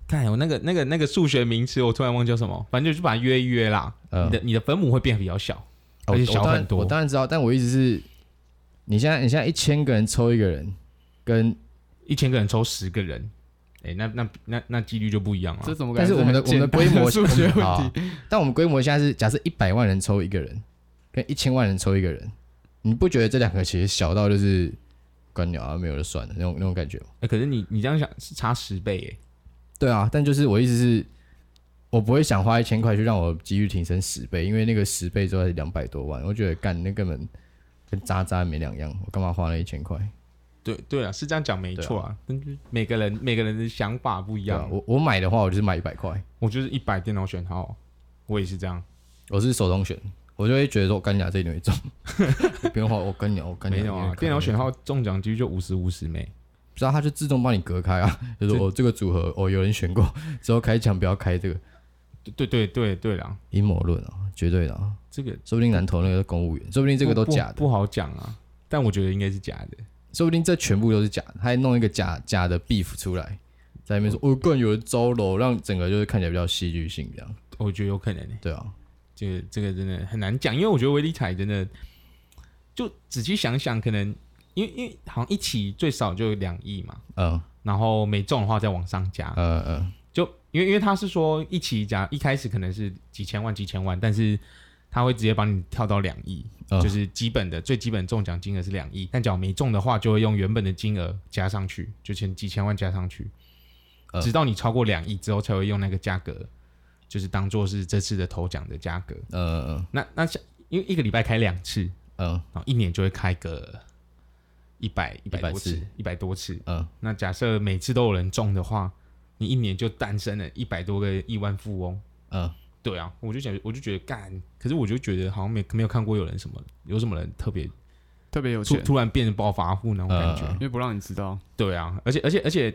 [SPEAKER 1] 看我那个那个那个数学名词，我突然忘记叫什么，反正就是把它约一约啦。
[SPEAKER 2] 呃
[SPEAKER 1] 你，的你的分母会变得比较小，
[SPEAKER 2] 哦
[SPEAKER 1] 而且
[SPEAKER 2] 我
[SPEAKER 1] 小
[SPEAKER 2] 当然
[SPEAKER 1] 很多
[SPEAKER 2] 我当然知道，但我意思是，你现在你现在一千个人抽一个人，跟
[SPEAKER 1] 一千个人抽十个人，哎、那那那那几率就不一样了
[SPEAKER 3] 这。怎么
[SPEAKER 2] 但
[SPEAKER 3] 感
[SPEAKER 2] 是
[SPEAKER 3] 觉？
[SPEAKER 2] 我们的我们的规模
[SPEAKER 3] 数学
[SPEAKER 2] 我们
[SPEAKER 3] 问
[SPEAKER 2] 好啊
[SPEAKER 3] 题，
[SPEAKER 2] 但我们规模现在是假设一百万人抽一个人，跟一千万人抽一个人，你不觉得这两个其实小到就是关鸟啊没有就算了那种那种感觉吗？
[SPEAKER 1] 哎、可是你你这样想是差十倍哎、
[SPEAKER 2] 对啊，但就是我意思是，我不会想花一千块去让我机遇提升十倍，因为那个十倍之后才两百多万，我觉得干那根本跟渣渣没两样，我干嘛花那一千块？
[SPEAKER 1] 对对啊，是这样讲没错啊，但是每个人每个人的想法不一
[SPEAKER 2] 对
[SPEAKER 1] 样。
[SPEAKER 2] 啊，我我买的话，我就是买一百块，
[SPEAKER 1] 我就是一百电脑选号，我也是这样，
[SPEAKER 2] 我是手动选，我就会觉得说我干你俩这一定会中， 不用花，我干你俩，我干你
[SPEAKER 1] 没
[SPEAKER 2] 俩
[SPEAKER 1] 有啊，电脑选，号中奖几率就五十五十没。
[SPEAKER 2] 不啊知道它就自动帮你隔开啊，就是我、哦、这个组合哦有人选过，之后开奖不要开这个
[SPEAKER 1] 对对对对啦，
[SPEAKER 2] 阴谋论啊，绝对的啊，
[SPEAKER 1] 这个
[SPEAKER 2] 说不定南投那个是公务员，说不定这个都
[SPEAKER 1] 不
[SPEAKER 2] 假的
[SPEAKER 1] 不，。不好讲啊。但我觉得应该是假的，
[SPEAKER 2] 说不定这全部都是假的，他还弄一个假假的 beef 出来，在那边说，哦，更有人招楼，让整个就是看起来比较戏剧性这样，
[SPEAKER 1] 我觉得有可能、欸。
[SPEAKER 2] 对啊，
[SPEAKER 1] 这个这个真的很难讲，因为我觉得威力彩真的，就仔细想想，可能因为因为好像一起最少就两亿嘛，
[SPEAKER 2] 嗯
[SPEAKER 1] 然后没中的话再往上加，
[SPEAKER 2] 嗯嗯，
[SPEAKER 1] 就因为因为他是说一起加，一开始可能是几千万几千万，但是他会直接帮你跳到两亿，
[SPEAKER 2] 嗯
[SPEAKER 1] 就是基本的最基本中奖金额是两亿，但假如没中的话，就会用原本的金额加上去，就前几千万加上去，
[SPEAKER 2] 嗯
[SPEAKER 1] 直到你超过两亿之后，才会用那个价格，就是当做是这次的头奖的价格。
[SPEAKER 2] 嗯
[SPEAKER 1] 那那像因为一个礼拜开两次，
[SPEAKER 2] 嗯嗯
[SPEAKER 1] 然后一年就会开个一百一百多次
[SPEAKER 2] 次，
[SPEAKER 1] 一百多次。
[SPEAKER 2] 嗯，
[SPEAKER 1] 那假设每次都有人中的话，你一年就诞生了一百多个亿万富翁。
[SPEAKER 2] 嗯，
[SPEAKER 1] 对啊，我就想，我就觉得干，可是我就觉得好像没没有看过有人什么，有什么人特别
[SPEAKER 3] 特别有
[SPEAKER 1] 突
[SPEAKER 3] 钱，
[SPEAKER 1] 突然变成暴发户那种感觉。
[SPEAKER 2] 呃
[SPEAKER 3] 因为不让你知道，
[SPEAKER 1] 对啊，而且而且而且，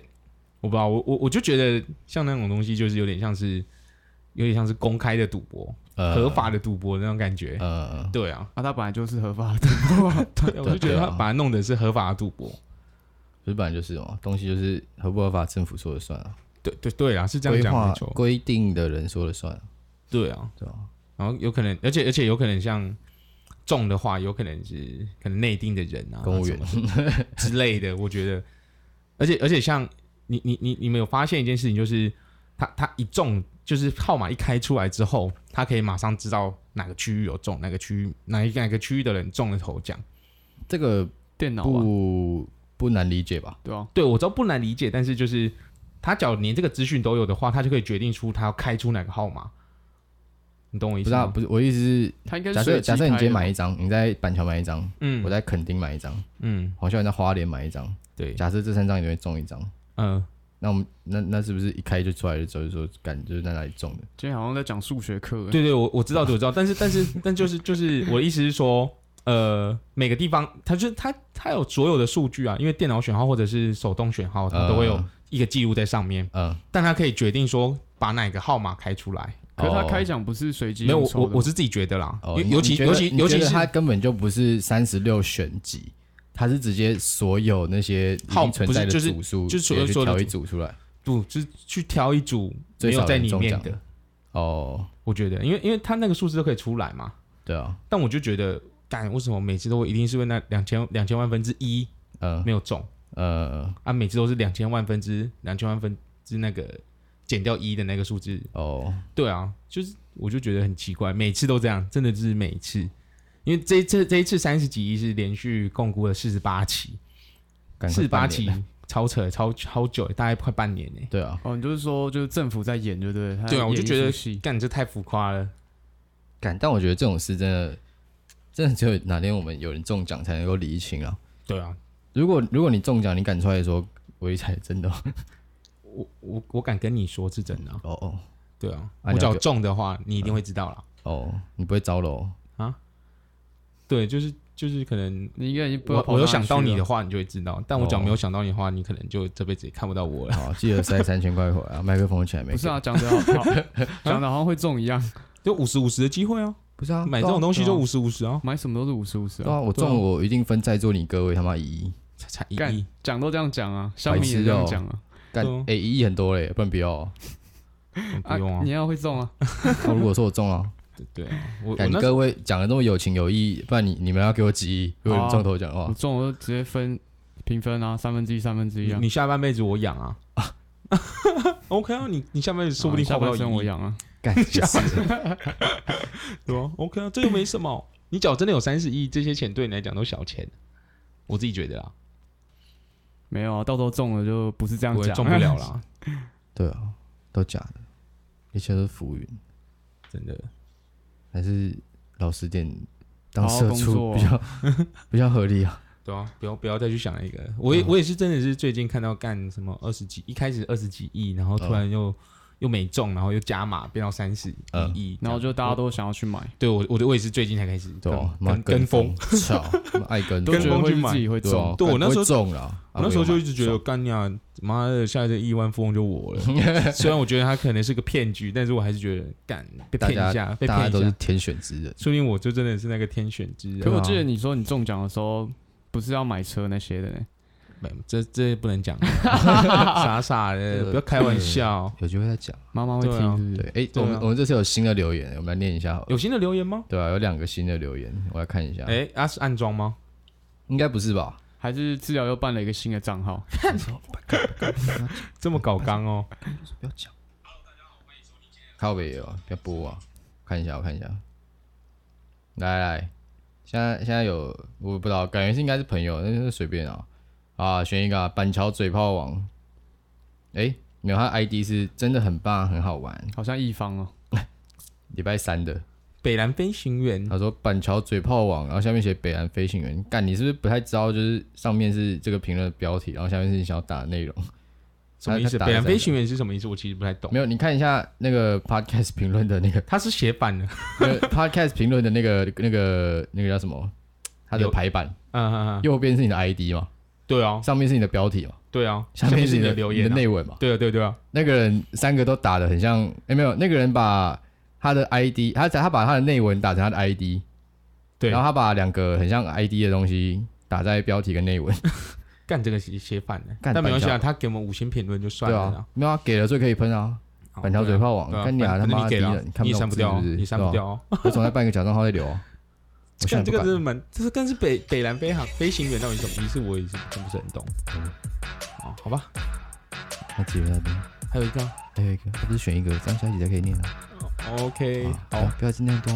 [SPEAKER 1] 我不知道，我我我就觉得像那种东西，就是有点像是有点像是公开的赌博、
[SPEAKER 2] 呃
[SPEAKER 1] 合法的赌博那种感觉。
[SPEAKER 2] 呃
[SPEAKER 1] 对啊，
[SPEAKER 3] 啊，他本来就是合法的，
[SPEAKER 1] 对啊我就觉得
[SPEAKER 2] 对
[SPEAKER 1] 他
[SPEAKER 2] 啊
[SPEAKER 1] 把它弄的是合法的赌博。
[SPEAKER 2] 所以本来就是哦，东西就是合不合法，政府说了算啊，
[SPEAKER 1] 对对对啊，是这样
[SPEAKER 2] 规
[SPEAKER 1] 讲
[SPEAKER 2] 划
[SPEAKER 1] 没错。
[SPEAKER 2] 规定的人说了算啊，
[SPEAKER 1] 对啊，
[SPEAKER 2] 对吧？
[SPEAKER 1] 然后有可能，而且而且有可能像中的话，有可能是可能内定的人啊，
[SPEAKER 2] 公务员
[SPEAKER 1] 什么的之类的， 我觉得。而且而且像你你你你们有发现一件事情，就是他他一中就是号码一开出来之后，他可以马上知道哪个区域有中，哪个区域哪一哪个区域的人中了头奖。
[SPEAKER 2] 这个
[SPEAKER 3] 电脑吧，
[SPEAKER 2] 不不难理解吧？
[SPEAKER 3] 对啊，
[SPEAKER 1] 对我知道不难理解，但是就是他只要连这个资讯都有的话，他就可以决定出他要开出哪个号码。你懂我意
[SPEAKER 2] 不
[SPEAKER 1] 思
[SPEAKER 2] 是啊，
[SPEAKER 1] 吗？
[SPEAKER 2] 不是我的意思是，
[SPEAKER 3] 他应该是
[SPEAKER 2] 假设
[SPEAKER 3] 随机
[SPEAKER 2] 假设你今天
[SPEAKER 3] 开的吧
[SPEAKER 2] 买一张，你在板桥买一张，
[SPEAKER 1] 嗯
[SPEAKER 2] 我在垦丁买一张，
[SPEAKER 1] 嗯，
[SPEAKER 2] 好像你在花莲买一张，
[SPEAKER 1] 对，
[SPEAKER 2] 假设这三张里面中一张，
[SPEAKER 1] 嗯、
[SPEAKER 2] 那我们那那是不是一开就出来就知道就说感就是在哪里中的？
[SPEAKER 3] 今天好像在讲数学课，欸
[SPEAKER 1] 对对，我我知道，我知道，但是但是但就是就是我的意思是说，呃，每个地方它就是它它有所有的数据啊，因为电脑选号或者是手动选号，哦它都会有
[SPEAKER 2] 嗯
[SPEAKER 1] 一个记录在上面，
[SPEAKER 2] 嗯，
[SPEAKER 1] 但它可以决定说把哪个号码开出来。
[SPEAKER 3] 可是他
[SPEAKER 2] 哦
[SPEAKER 3] 开奖不是随机
[SPEAKER 1] 没有，
[SPEAKER 3] 用
[SPEAKER 1] 我
[SPEAKER 3] 抽
[SPEAKER 1] 我
[SPEAKER 3] 的
[SPEAKER 1] 我是自己觉得啦，
[SPEAKER 2] 哦
[SPEAKER 1] 尤
[SPEAKER 2] 你
[SPEAKER 1] 尤其
[SPEAKER 2] 你觉
[SPEAKER 1] 尤
[SPEAKER 2] 得
[SPEAKER 1] 其
[SPEAKER 2] 你
[SPEAKER 1] 尤
[SPEAKER 2] 觉
[SPEAKER 1] 其
[SPEAKER 2] 得
[SPEAKER 1] 是
[SPEAKER 2] 它根本就不是三十六选集，它是直接所有那些已
[SPEAKER 1] 号
[SPEAKER 2] 经存
[SPEAKER 1] 不是
[SPEAKER 2] 在的
[SPEAKER 1] 就是
[SPEAKER 2] 组数，
[SPEAKER 1] 就是所有
[SPEAKER 2] 直接去
[SPEAKER 1] 所有的
[SPEAKER 2] 挑一
[SPEAKER 1] 组
[SPEAKER 2] 组出来。
[SPEAKER 1] 不就是去挑一组
[SPEAKER 2] 最
[SPEAKER 1] 没
[SPEAKER 2] 少
[SPEAKER 1] 有在
[SPEAKER 2] 人
[SPEAKER 1] 里
[SPEAKER 2] 中
[SPEAKER 1] 面
[SPEAKER 2] 奖
[SPEAKER 1] 的，
[SPEAKER 2] 哦，
[SPEAKER 1] 我觉得，因为因为它那个数字都可以出来嘛，
[SPEAKER 2] 对啊，
[SPEAKER 1] 但我就觉得，干为什么每次都会一定是为那两千两千万分之一
[SPEAKER 2] 呃
[SPEAKER 1] 没有中？
[SPEAKER 2] 呃
[SPEAKER 1] 啊，每次都是两千万分之两千万分之那个减掉一的那个数字。
[SPEAKER 2] 哦，
[SPEAKER 1] 对啊，就是我就觉得很奇怪，每次都这样，真的就是每次。因为这一次这一次三十几亿是连续共估了四十八期，
[SPEAKER 2] 干
[SPEAKER 1] 四
[SPEAKER 2] 快
[SPEAKER 1] 十八
[SPEAKER 2] 半年
[SPEAKER 1] 期
[SPEAKER 2] 了
[SPEAKER 1] 超扯超超久，大概快半年呢、
[SPEAKER 2] 对啊，
[SPEAKER 3] 哦，你就是说就是政府在演，对不对？他
[SPEAKER 1] 对啊，我就
[SPEAKER 3] 演一
[SPEAKER 1] 觉
[SPEAKER 3] 出
[SPEAKER 1] 得
[SPEAKER 3] 戏
[SPEAKER 1] 干这太浮夸了。
[SPEAKER 2] 干，但我觉得这种事真的，真的只有哪天我们有人中奖才能够理清啊。
[SPEAKER 1] 对啊，
[SPEAKER 2] 如果如果你中奖，你敢出来说我一才真的哦
[SPEAKER 1] 我我我敢跟你说是真的啊、
[SPEAKER 2] 哦哦
[SPEAKER 1] 对啊，
[SPEAKER 2] 啊嗯
[SPEAKER 1] 我只要
[SPEAKER 2] 两个
[SPEAKER 1] 中的话，你一定会知道啦。
[SPEAKER 2] 哦，你不会招楼哦？
[SPEAKER 1] 对，就是就是可能
[SPEAKER 3] 你应该已经不知道
[SPEAKER 1] 我
[SPEAKER 3] 跑
[SPEAKER 1] 我有
[SPEAKER 3] 哪
[SPEAKER 1] 想到
[SPEAKER 3] 去
[SPEAKER 1] 你
[SPEAKER 3] 了
[SPEAKER 1] 的话，你就会知道；但我只要
[SPEAKER 2] 哦
[SPEAKER 1] 没有想到你的话，你可能就这辈子也看不到我了。
[SPEAKER 2] 好，记得塞三千块回来啊，麦克风钱还没
[SPEAKER 3] 不是
[SPEAKER 2] 给，
[SPEAKER 3] 啊，讲 的好，讲的好像会中一样，
[SPEAKER 1] 就五十五十的机会啊，
[SPEAKER 2] 不是啊，
[SPEAKER 1] 买这
[SPEAKER 2] 对啊
[SPEAKER 1] 种东西
[SPEAKER 3] 对
[SPEAKER 1] 就
[SPEAKER 3] 啊
[SPEAKER 1] 五十五十啊，
[SPEAKER 3] 买什么都是五十五十
[SPEAKER 2] 对
[SPEAKER 3] 啊。
[SPEAKER 2] 啊，我
[SPEAKER 1] 对啊
[SPEAKER 2] 中我一定分在座你各位他妈一亿，
[SPEAKER 1] 才才一
[SPEAKER 3] 干
[SPEAKER 1] 亿，
[SPEAKER 3] 讲都这样讲啊，小
[SPEAKER 2] 白
[SPEAKER 3] 米也
[SPEAKER 2] 痴
[SPEAKER 3] 这样
[SPEAKER 2] 哦
[SPEAKER 3] 讲啊，
[SPEAKER 2] 干
[SPEAKER 1] 对啊
[SPEAKER 2] 哎一亿很多嘞，不然不要哦。
[SPEAKER 1] 不用啊
[SPEAKER 3] 你，要会中啊，
[SPEAKER 2] 哦如果说我中了，
[SPEAKER 1] 对对啊， 我我
[SPEAKER 2] 感
[SPEAKER 1] 那
[SPEAKER 2] 各位讲的那么有情有义，不然你你们要给我几亿？如果你们中头
[SPEAKER 1] 哦
[SPEAKER 2] 奖的
[SPEAKER 3] 我
[SPEAKER 2] 话，
[SPEAKER 3] 中我就直接分平分啊，三分之一三分之一啊
[SPEAKER 1] 你，下半辈子我养啊 ，OK 啊，你你下半辈子说不定
[SPEAKER 3] 啊下
[SPEAKER 1] 花不
[SPEAKER 3] 半
[SPEAKER 1] 到
[SPEAKER 3] 身我
[SPEAKER 1] 一亿，
[SPEAKER 3] 养啊，
[SPEAKER 2] 干吓死人
[SPEAKER 1] 对啊，OK 啊，这又没什么，你只要真的有三十亿，这些钱对你来讲都小钱，我自己觉得啦，
[SPEAKER 3] 没有啊，到时候中了就不是这样
[SPEAKER 1] 我也
[SPEAKER 3] 讲，
[SPEAKER 1] 中不了。啦，
[SPEAKER 2] 对啊，都假的，一切都是浮云，
[SPEAKER 1] 真的，
[SPEAKER 3] 啊
[SPEAKER 2] 还是老实点，当
[SPEAKER 3] 好好
[SPEAKER 2] 社
[SPEAKER 3] 工
[SPEAKER 2] 畜
[SPEAKER 1] 哦
[SPEAKER 3] 作
[SPEAKER 2] 比较 比较合理啊。
[SPEAKER 1] 对啊，不要不要再去想那个，我
[SPEAKER 3] 嗯
[SPEAKER 1] 也我也是真的是最近看到干什么二十几，一开始二十几亿，然后突
[SPEAKER 3] 嗯
[SPEAKER 1] 然又。又没中，然后又加码变到三十
[SPEAKER 2] 嗯
[SPEAKER 1] 亿，
[SPEAKER 3] 然后就大家都想要去买，
[SPEAKER 1] 对我，我的我也是最近才开始
[SPEAKER 2] 对啊，妈
[SPEAKER 1] 跟跟风。，
[SPEAKER 2] 操，妈爱跟
[SPEAKER 3] 都
[SPEAKER 2] 风
[SPEAKER 1] 跟
[SPEAKER 3] 觉
[SPEAKER 1] 风
[SPEAKER 3] 得会
[SPEAKER 1] 去
[SPEAKER 3] 是
[SPEAKER 1] 买
[SPEAKER 3] 自己会
[SPEAKER 2] 对啊
[SPEAKER 3] 中，
[SPEAKER 1] 对我那时候
[SPEAKER 2] 会中了啊，
[SPEAKER 1] 我那时候就一直觉
[SPEAKER 2] 啊
[SPEAKER 1] 得，干呀，妈的，下一个亿万富翁就我 了。虽然我觉得他可能是个骗局，但是我还是觉得干被骗一下，被
[SPEAKER 2] 大家
[SPEAKER 1] 骗一
[SPEAKER 2] 都是
[SPEAKER 1] 下，
[SPEAKER 2] 天选之人，
[SPEAKER 1] 说不定我就真的是那个天选之
[SPEAKER 3] 可
[SPEAKER 1] 人。啊
[SPEAKER 3] 我记得你说你中奖的时候不是要买车那些的呢，
[SPEAKER 1] 没，这这不能讲， 傻傻的，不要开玩笑。
[SPEAKER 2] 有机会再讲。
[SPEAKER 3] 妈妈会
[SPEAKER 1] 对啊
[SPEAKER 3] 听是不是？
[SPEAKER 2] 对，哎，
[SPEAKER 1] 对啊
[SPEAKER 2] 我们我们这次有新的留言，我们来念一下好了。
[SPEAKER 1] 有新的留言吗？
[SPEAKER 2] 对啊，有两个新的留言，我来看一下。
[SPEAKER 1] 哎，啊是暗装吗？
[SPEAKER 2] 应该不是吧？
[SPEAKER 3] 还是治疗又办了一个新的账号？
[SPEAKER 1] 这么搞刚哦，
[SPEAKER 2] 不要哦讲。靠北也有啊，不要播啊！看一下，我看一下。来来，现在现在有我不知道，感觉是应该是朋友，但是随便啊啊，选一个、啊、板桥嘴炮王。哎、没有，他 ID 是真的很棒，很好玩。
[SPEAKER 3] 好像一方哦，
[SPEAKER 2] 礼拜三的，
[SPEAKER 1] 北蓝飞行员，
[SPEAKER 2] 他说板桥嘴炮王，然后下面写北岸飞行员。干，你是不是不太知道？就是上面是这个评论的标题，然后下面是你想要打的内容。
[SPEAKER 1] 什么意思？
[SPEAKER 2] 他他打
[SPEAKER 1] 北蓝
[SPEAKER 2] 得真
[SPEAKER 1] 飞
[SPEAKER 2] 的
[SPEAKER 1] 行员是什么意思？我其实不太懂
[SPEAKER 2] 没。有，你看一下那个 podcast 评论的 那个
[SPEAKER 1] 他是写反的，
[SPEAKER 2] 那个 podcast 评论的那个那个那个叫什么？它的
[SPEAKER 1] 有
[SPEAKER 2] 排版
[SPEAKER 1] 嗯嗯嗯，
[SPEAKER 2] 右边是你的 ID 嘛，
[SPEAKER 1] 对啊，
[SPEAKER 2] 上面是你的标题嘛，
[SPEAKER 1] 对啊，
[SPEAKER 2] 下面
[SPEAKER 1] 是
[SPEAKER 2] 是你的
[SPEAKER 1] 留
[SPEAKER 2] 你
[SPEAKER 1] 言啊，
[SPEAKER 2] 的内文嘛。
[SPEAKER 1] 对啊，对啊对啊，
[SPEAKER 2] 那个人三个都打的很像，哎、没有，那个人把他的 ID，他他把他的内文打成他的 ID，
[SPEAKER 1] 对啊
[SPEAKER 2] 然后他把两个很像 ID 的东西打在标题跟内文，
[SPEAKER 1] 干这个写写反的，
[SPEAKER 2] 干
[SPEAKER 1] 但没关系啊，
[SPEAKER 2] 板
[SPEAKER 1] 他给我们五星评论就算
[SPEAKER 2] 对
[SPEAKER 1] 了
[SPEAKER 2] 啊
[SPEAKER 1] 啦。，
[SPEAKER 2] 没有啊，给了最可以喷啊，
[SPEAKER 1] 好
[SPEAKER 2] 板桥
[SPEAKER 1] 对
[SPEAKER 2] 嘴
[SPEAKER 1] 啊
[SPEAKER 2] 炮王，
[SPEAKER 1] 对啊
[SPEAKER 2] 看你啊，
[SPEAKER 1] 反
[SPEAKER 2] 他
[SPEAKER 1] 反正你
[SPEAKER 2] 妈的敌
[SPEAKER 1] 给了
[SPEAKER 2] 人，看
[SPEAKER 1] 你
[SPEAKER 2] 懂
[SPEAKER 1] 删不
[SPEAKER 2] 字是
[SPEAKER 1] 掉哦，
[SPEAKER 2] 不是？
[SPEAKER 1] 你删不
[SPEAKER 2] 对
[SPEAKER 1] 掉
[SPEAKER 2] 吧，
[SPEAKER 1] 哦。
[SPEAKER 2] 我总在办个假账号在留啊，我现
[SPEAKER 1] 干
[SPEAKER 2] 在
[SPEAKER 1] 这个
[SPEAKER 2] 不敢
[SPEAKER 1] 真的蛮，这是更是北北蓝飞航飞行员到底什么意思？我也是真不是很懂。
[SPEAKER 2] 嗯
[SPEAKER 1] 哦，好吧，
[SPEAKER 2] 那几个那边
[SPEAKER 1] 还有一个
[SPEAKER 2] 还有一个，他不是选一个，这样下一集才可以念啊。
[SPEAKER 1] ，OK，
[SPEAKER 2] 啊不
[SPEAKER 1] 好
[SPEAKER 2] 要，不要今天多，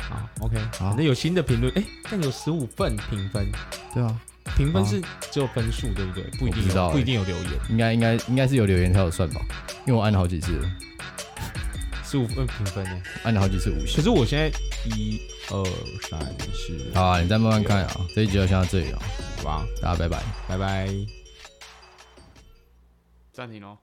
[SPEAKER 1] 好，OK，
[SPEAKER 2] 好
[SPEAKER 1] 反正有新的评论，哎，但有十五份评分，
[SPEAKER 2] 对啊，
[SPEAKER 1] 评分
[SPEAKER 2] 好
[SPEAKER 1] 是只有分数对不对？不一
[SPEAKER 2] 我
[SPEAKER 1] 定
[SPEAKER 2] 不知道
[SPEAKER 1] 有，
[SPEAKER 2] 欸
[SPEAKER 1] 不一定有留言，
[SPEAKER 2] 应该应该应该是有留言才有算吧，因为我按了好几次了，
[SPEAKER 1] 十五份评分呢。
[SPEAKER 2] 按了好几次五星
[SPEAKER 1] 可。是我现在一二三四，
[SPEAKER 2] 好啊，你再慢慢看啊，这一集就先到这里了，
[SPEAKER 1] 好吧，
[SPEAKER 2] 大家拜拜。
[SPEAKER 1] 拜拜。
[SPEAKER 3] 暂停哦。